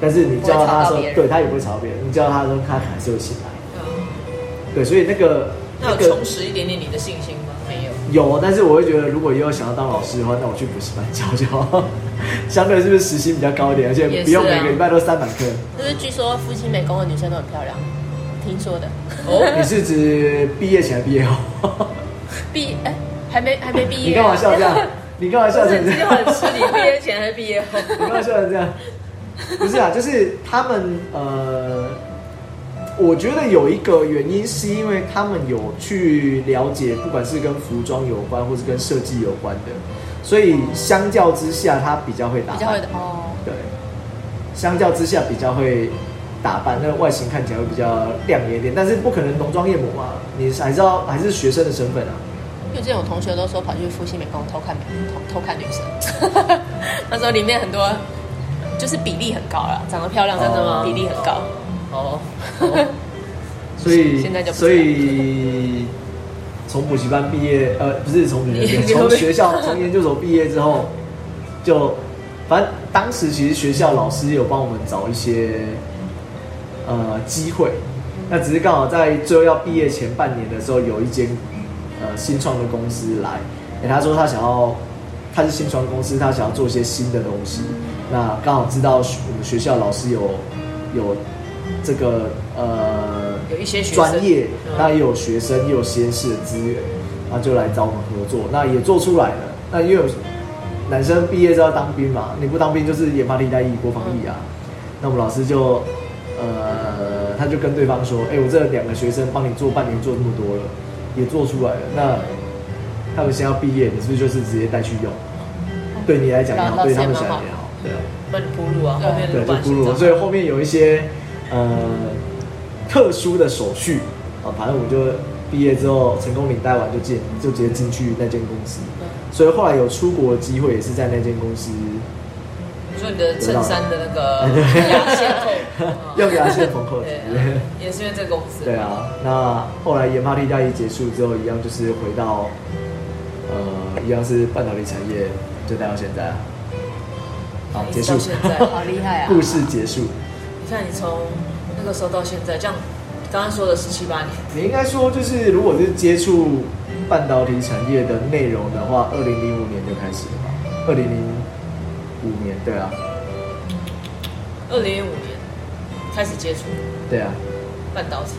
B: 但是你叫他
C: 不会吵到
B: 说
C: 别，人
B: 对他也不会吵到别人，你叫他说，他还是会醒来。
A: 嗯
B: 对，所以那个
A: 那有
B: 个
A: 充实一点点你的信心吗？没有。
B: 有，但是我会觉得，如果以后想要当老师的话，那我去补习班教就好。相对是不是时薪比较高一点，而且
A: 也
B: 不
A: 是啊
B: 用每个礼拜都三百课？
C: 就是据说夫妻美工的女生都很漂亮，听说
B: [LAUGHS]
C: 的。
B: 你
A: 哦，
B: 是指毕业前还是毕业后？
C: 毕哎、还没还没毕业，
B: 你干嘛笑这样？你干嘛笑
A: 不
B: 成
A: 是
B: 这
A: 这句
B: 样
A: 话？很吃力，毕业前还是毕
B: [LAUGHS]
A: 业后？
B: 你不要笑成这样。不是啊，就是他们呃，我觉得有一个原因是因为他们有去了解，不管是跟服装有关，或是跟设计有关的，所以相较之下，他比较会打扮。
C: 比较会的哦。
B: 对，相较之下比较会打扮，那个外形看起来会比较亮眼一点，但是不可能浓妆艳抹嘛，你还是要还是学生的身份啊。
C: 因为这种同学都说跑去复兴美工偷看美偷偷看女生， [LAUGHS] 他说里面很多就是比例很高啦，长得漂亮真
B: 哦
C: 的比例很高。
A: 哦，
B: 所以
C: 现在就不
B: 所以从补习班毕业，呃，不是从补习班毕
C: [LAUGHS]
B: 业，
A: 你
B: 从学校从研究所毕业之后，就反正当时其实学校老师有帮我们找一些呃机会，那只是刚好在最后要毕业前半年的时候，有一间呃新创的公司来，哎、他说他想要。他是新创公司，他想要做一些新的东西。那刚好知道学我们学校老师有有这个呃
A: 有一些学生
B: 专业
A: 嗯，
B: 那也有学生，也有实验室的资源，那就来找我们合作，那也做出来了。那因为有男生毕业是要当兵嘛，你不当兵就是研发替代役、国防役啊。
A: 嗯
B: 那我们老师就呃，他就跟对方说：“哎、我这两个学生帮你做半年，做那么多了，也做出来了。那他们先要毕业，你是不是就是直接带去用？
A: 嗯
B: 对你来讲也好，
C: 老
B: 对
C: 师
B: 他们
C: 也
B: 想
C: 蛮好
B: 也好，对啊。”
A: 帮你铺路啊，后面
B: 对，
A: 的
B: 就
A: 路
B: 咕噜，所以后面有一些呃特殊的手续啊，反正我就毕业之后成功领带完就进，就直接进去那间公司。
A: 嗯
B: 所以后来有出国的机会，也是在那间公司
A: 你说你的衬衫的那
B: [LAUGHS]
A: 个牙线扣，嗯
B: 用牙线缝扣子。
A: [LAUGHS] 对，嗯也是因为这个公司。
B: 对啊，那后来研发替代役结束之后，一样就是回到呃，一样是半导体产业，就待到现在啊。好，
A: 一
B: 结
A: 直到。
B: 束
A: 现在，好
C: 好厉害啊！
B: 哦 [LAUGHS] 故事结束。
A: 你看你从那个时候到现在，这样刚刚说的十七八年，
B: 你应该说，就是如果是接触半导体产业的内容的话，二零零五年就开始了吧？二零零五年，对啊，
A: 二零零五年开始接触
B: 对啊，
A: 半导体，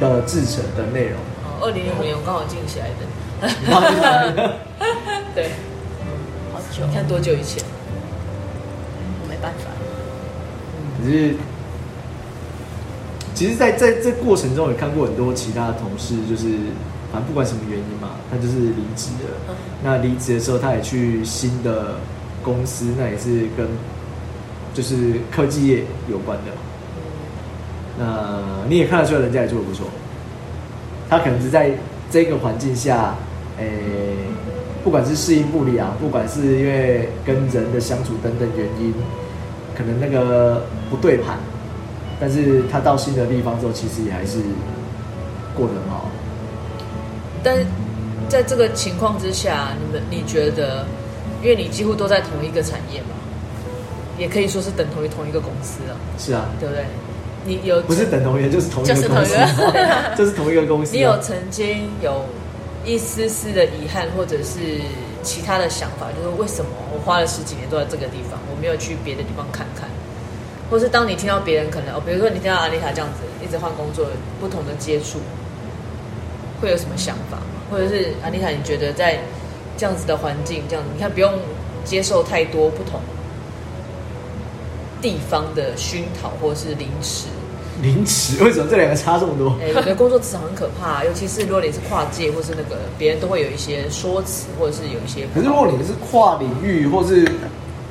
B: 的制成的内容， [LAUGHS]
A: 二零零五年我刚好进喜来
B: 你忘记
A: 登，
B: 了
A: 对，
C: 好久，
A: 你看多久以前？
C: 我没办法。
B: 可是，其实在，在这过程中也看过很多其他的同事，就是反正不管什么原因嘛，他就是离职了
C: 嗯。
B: 那离职的时候，他也去新的公司，那也是跟就是科技业有关的嘛。那你也看得出来，人家也做的不错。他可能是在这个环境下，诶、不管是适应不良，不管是因为跟人的相处等等原因，可能那个不对盘，但是他到新的地方之后，其实也还是过得很好。
A: 但在这个情况之下，你们你觉得，因为你几乎都在同一个产业嘛，也可以说是等同于同一个公司啊，
B: 是啊，
A: 对不对？你有
B: 不是等同业，就是同一
C: 就是
B: 个
C: 同
B: 公
C: 一
B: 司
C: 个，
B: 就是同一个公司啊。
A: 你有曾经有一丝丝的遗憾，或者是其他的想法，就是为什么我花了十几年都在这个地方，我没有去别的地方看看？或是当你听到别人可能哦，比如说你听到阿丽塔这样子，一直换工作，不同的接触，会有什么想法吗？或者是安妮塔，你觉得在这样子的环境，这样你看不用接受太多不同地方的熏陶或是零食，
B: 凌迟，为什么这两个差这么多？
A: 哎、我觉得工作职场很可怕，尤其是如果你是跨界或是那个别人都会有一些说辞，或者是有一些
B: 可是如果你是跨领域或是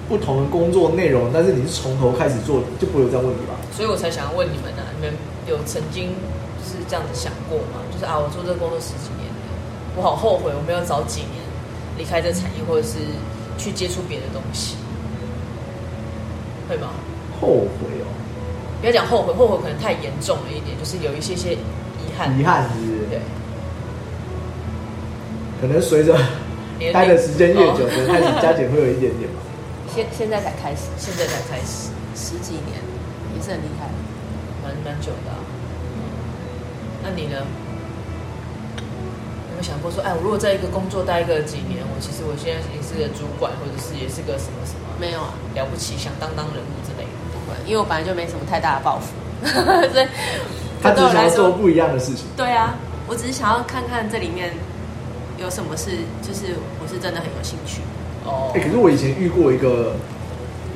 B: 不同的工作内容，但是你是从头开始做，就不会有这样问题吧？
A: 所以我才想要问你们呢、啊你们有曾经就是这样子想过吗？就是啊，我做这个工作十几年了，我好后悔，我没有早几年离开这产业，或者是去接触别的东西，会吗？
B: 后悔哦，
A: 不要讲后悔，后悔可能太严重了一点，就是有一些些遗憾。
B: 遗憾是不是？
A: 对，
B: 可能随着
A: 年龄
B: 待的时间越久，
A: 哦
B: 可能开始加减会有一点点吧。
C: 现现在才开始，
A: 现在才开始，
C: 十几年也是很厉害。
A: 蛮蛮久的、啊。那你呢？有没有想过说，哎，我如果在一个工作待个几年，我其实我现在也是个主管，或者是也是个什么什么
C: 没有啊，
A: 了不起、响当当人物之类的？
C: 不会，因为我本来就没什么太大的抱负， [LAUGHS] 所以
B: 嗯 [LAUGHS] 他
C: 这
B: 只
C: 对我
B: 想要
C: 来
B: 做
C: 说，
B: 不一样的事情。
C: 对啊，我只是想要看看这里面有什么是，就是我是真的很有兴趣。
A: 哦
B: 哎、可是我以前遇过一个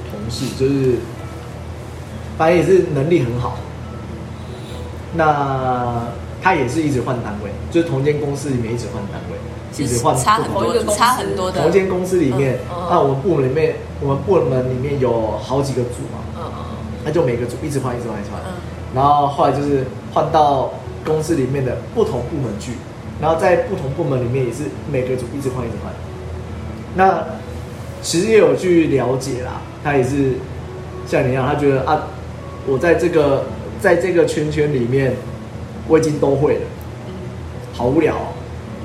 B: 同事，就是反正也是能力很好，那他也是一直换单位，就是同间公司里面一直换单位，一直换
C: 差很
B: 不同
A: 同一个公
C: 多，
A: 司
C: 差很多的
B: 同。间公司里面，
A: 嗯嗯
B: 那我们部门里面，我们部门里面有好几个组嘛，
A: 嗯嗯
B: 那就每个组一直换，一直换，一直换。
C: 嗯，
B: 然后后来就是换到公司里面的不同部门去，然后在不同部门里面也是每个组一直换一直换。那其实也有去了解啦，他也是像你一样，他觉得啊，我在这个在这个圈圈里面，我已经都会了，好无聊哦、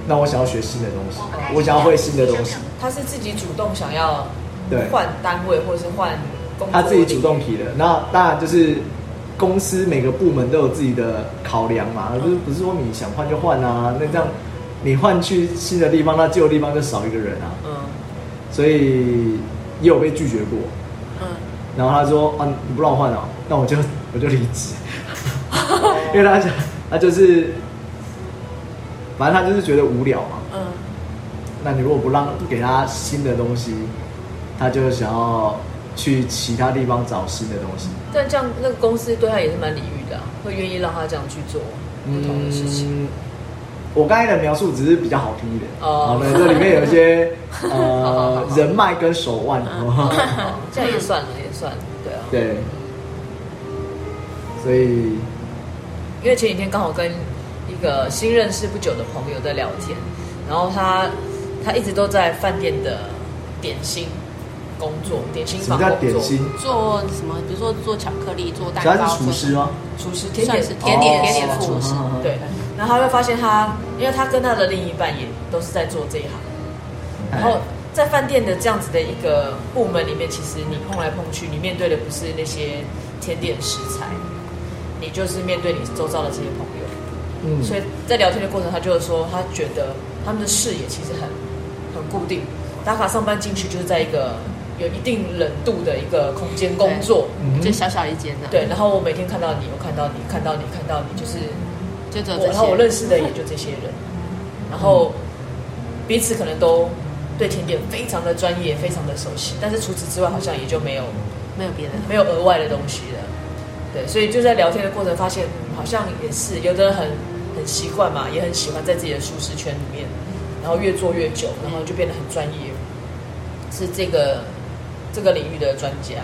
B: 那我想要学新的东西，我想要会新的东西，
A: 他是自己主动想要
B: 对。
A: 换单位，或者是换工作，
B: 他自己主动提的。那当然就是公司每个部门都有自己的考量嘛，就是不是说你想换就换啊？那这样你换去新的地方，那旧地方就少一个人啊。
A: 嗯，
B: 所以也有被拒绝过。
C: 嗯，
B: 然后他说：“啊，你不让我换哦，那我就 [LAUGHS] 我就离职。” [LAUGHS] 因为他想，他就是，反正他就是觉得无聊嘛。
C: 嗯，
B: 那你如果不让不给他新的东西，他就想要去其他地方找新的东西。
A: 但这样那个公司对他也是蛮礼遇的、啊，会愿意让他这样去做不同的事情。
B: 嗯我刚才的描述只是比较好听一点，
A: 哦
B: 好的，这里面有
A: [LAUGHS]
B: 一些
A: 好好好
B: 呃
A: 好
B: 人脉跟手
A: [LAUGHS]
B: 腕， [LAUGHS]
A: 哦这样也算了，也算了，对啊。
B: 对，所以
A: 因为前几天刚好跟一个新认识不久的朋友在聊天，然后他他一直都在饭店的点心工作，点心
B: 什
A: 房
B: 么叫
A: 工
B: 点
A: 作，
B: 心？
C: 嗯做什么？比如说做巧克力，做蛋
B: 主要
C: 糕，
B: 是厨师啊哦
C: 做
B: 吗？
A: 厨师甜
C: 算
A: 点
C: 是甜点
A: 哦
C: 甜点
B: 哦
C: 厨师
B: 好好好
A: 对，然后他会发现他，因为他跟他的另一半也都是在做这一行，
B: 哎
A: 然后在饭店的这样子的一个部门里面，其实你碰来碰去，你面对的不是那些甜点食材，你就是面对你周遭的这些朋友。
B: 嗯，
A: 所以在聊天的过程，他就是说，他觉得他们的视野其实很很固定，打卡上班进去就是在一个有一定冷度的一个空间工作，
B: 嗯
C: 就小小一间的，
A: 对。然后我每天看到你，我看到你，看到你，看到你，就是
C: 就只有
A: 我，
C: 这
A: 然后我认
C: 些。嗯
A: 识的也就这些人，然后彼此可能都对甜点非常的专业，非常的熟悉，但是除此之外，好像也就没有
C: 没有别的。
A: 没有额外的东西了。对，所以就在聊天的过程，发现嗯好像也是有的人很很习惯嘛，也很喜欢在自己的舒适圈里面，然后越做越久，然后就变得很专业，是这个这个领域的专家。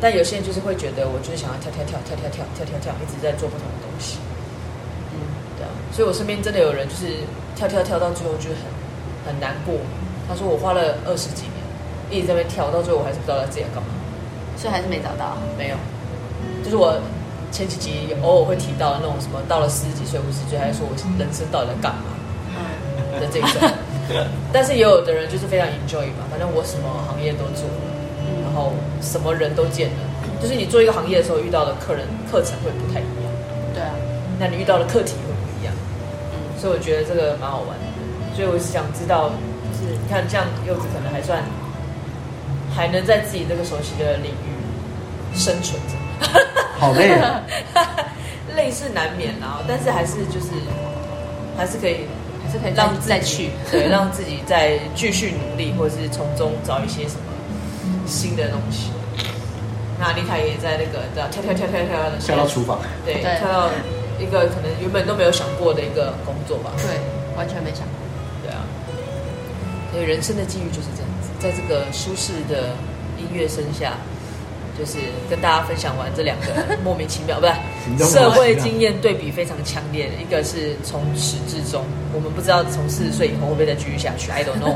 A: 但有些人就是会觉得，我就是想要跳跳跳跳跳跳跳跳跳，一直在做不同的东西。
C: 嗯，
A: 对啊，所以我身边真的有人就是跳跳跳到最后就是很很难过。他说我花了二十几年一直在那边跳，到最后我还是不知道他自己要干嘛。
C: 所以还是没找到。啊
A: 没有，就是我前几集有偶尔会提到的那种什么到了四十几岁、五十几岁，还说我人生到底在干嘛
C: 嗯，
A: 的这种。但是也有的人就是非常 enjoy 嘛，反正我什么行业都做了，
B: 嗯
A: 然后什么人都见了。就是你做一个行业的时候，遇到的客人课程会不太一样，
C: 对啊，
A: 那你遇到的课题会不一样。所以我觉得这个蛮好玩的。所以我是想知道，就是你看这样柚子可能还算还能在自己这个熟悉的领域生存着。
B: 好累啊，
A: 啊累是难免啦，但是还是就是还是可以
C: 还是可以再
A: 让自己
C: 再去。
A: 对，让自己再继续努力，或者是从中找一些什么新的东西。那丽塔也在那个对啊跳跳跳跳跳的
B: 下到厨房，
A: 对，
C: 对
A: 跳到一个可能原本都没有想过的一个工作吧。
C: 对，完全没想过。
A: 对啊，所以人生的际遇就是这样子，在这个舒适的音乐声下，就是跟大家分享完这两个莫名其妙，不
B: 行
A: 是
B: 动
A: 社
B: 莫
A: 会
B: 名其妙
A: 经验对比非常强烈的，一个是从始至终，我们不知道从四十岁以后会不会再继续下去，I don't know。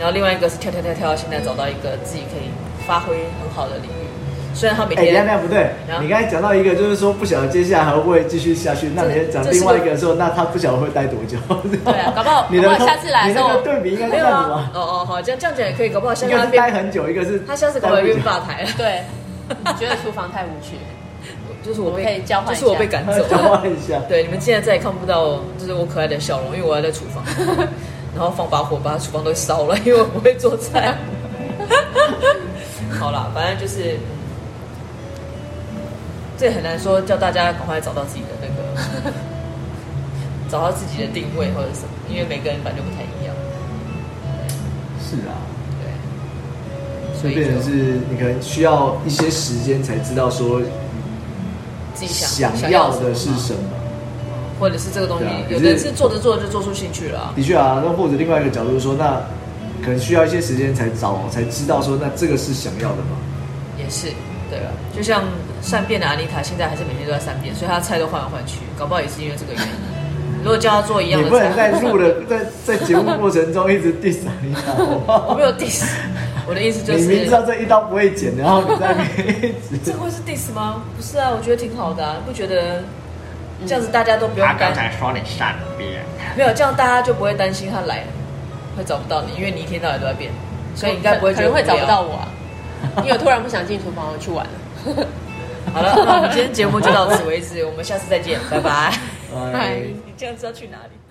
A: 然后另外一个是跳跳跳跳，现在找到一个自己可以发挥很好的领域，虽 [LAUGHS] 然他每
B: 哎，等一下，
A: 天
B: 等一下不对
A: 然，后
B: 你刚才讲到一个，就是说不晓得接下来还会不会继续下去。那
A: 这
B: 你讲
A: 这是
B: 另外一
A: 个
B: 个说，那他不晓得会待多久？
A: 对啊，搞不好
B: [LAUGHS] 你的
C: 搞不好下次来
B: 你
C: 的时
B: 那
C: 候
B: 个对比应该是
A: 没
B: 这
A: 有
B: 样子
A: 啊
B: 吧？，
A: 哦哦，好，这样这样讲也可以，搞不好下
B: 一
A: 次
B: 个
A: 他
B: 是待
A: 变
B: 很久，一个是
A: 他下次搞
B: 待
A: 不好
B: 不久
A: 变吧台了。
C: [LAUGHS] 对，觉得厨房太无趣。
A: 就是我被
C: 我们可以交换一
A: 就是
C: 下
A: 我被赶走
B: [LAUGHS] 交
A: 了。
B: 换一下。
A: 对，你们现在再也看不到就是我可爱的笑容，因为我还在厨房， [LAUGHS] 然后放把火把厨房都烧了，因为我不会做菜。 [LAUGHS] 好啦，反正就是，这也很难说叫大家赶快找到自己的那个， [LAUGHS] 找到自己的定位或者什么，因为每个人本来就不太一样，
B: 是啊，
A: 对，
B: 所以变成
A: 就是
B: 你可能需要一些时间才知道说
A: 自己想
B: 想要的
A: 什
B: 是
A: 么
B: 什么。
A: 或者是这个东西
B: 对啊，可
A: 有的人
B: 是
A: 是做着做着就做出兴趣了啊、
B: 的确啊，那或者另外一个角度说，那可能需要一些时间才找才知道说，那这个是想要的吗？
A: 也是，对吧？就像善变的阿妮塔，现在还是每天都在善变，所以她菜都换来换去，搞不好也是因为这个原
B: [LAUGHS]
A: 因。如果叫她做一样
B: 你
A: 的
B: 不能在
A: 菜，
B: 录的在在节目过程中一直 diss 你好不
A: [LAUGHS] 我
B: 好
A: 没有 diss，我的意思就
B: 你
A: 是，
B: 明知道这一刀不会剪，然后你在那边
A: [LAUGHS]
B: 一直
A: 这会是 diss 吗？不是啊，我觉得挺好的啊，你不觉得？这样子大家都不用
D: 他
A: 担
D: 刚，才说你善变，
A: 没有这样大家就不会担心他来会找不到你，因为你一天到晚都在变， [LAUGHS] 所以你应该不会觉
C: 可
A: 得
C: 能会
A: 无聊
C: 找不到。我啊，因为我突然不想进厨房，我去玩了。
A: 好 [LAUGHS] 了，那我们今天节目就到此为止，我们下次再见，拜拜。
B: 哎
C: 嗨
A: [LAUGHS] 你这样子要去哪里？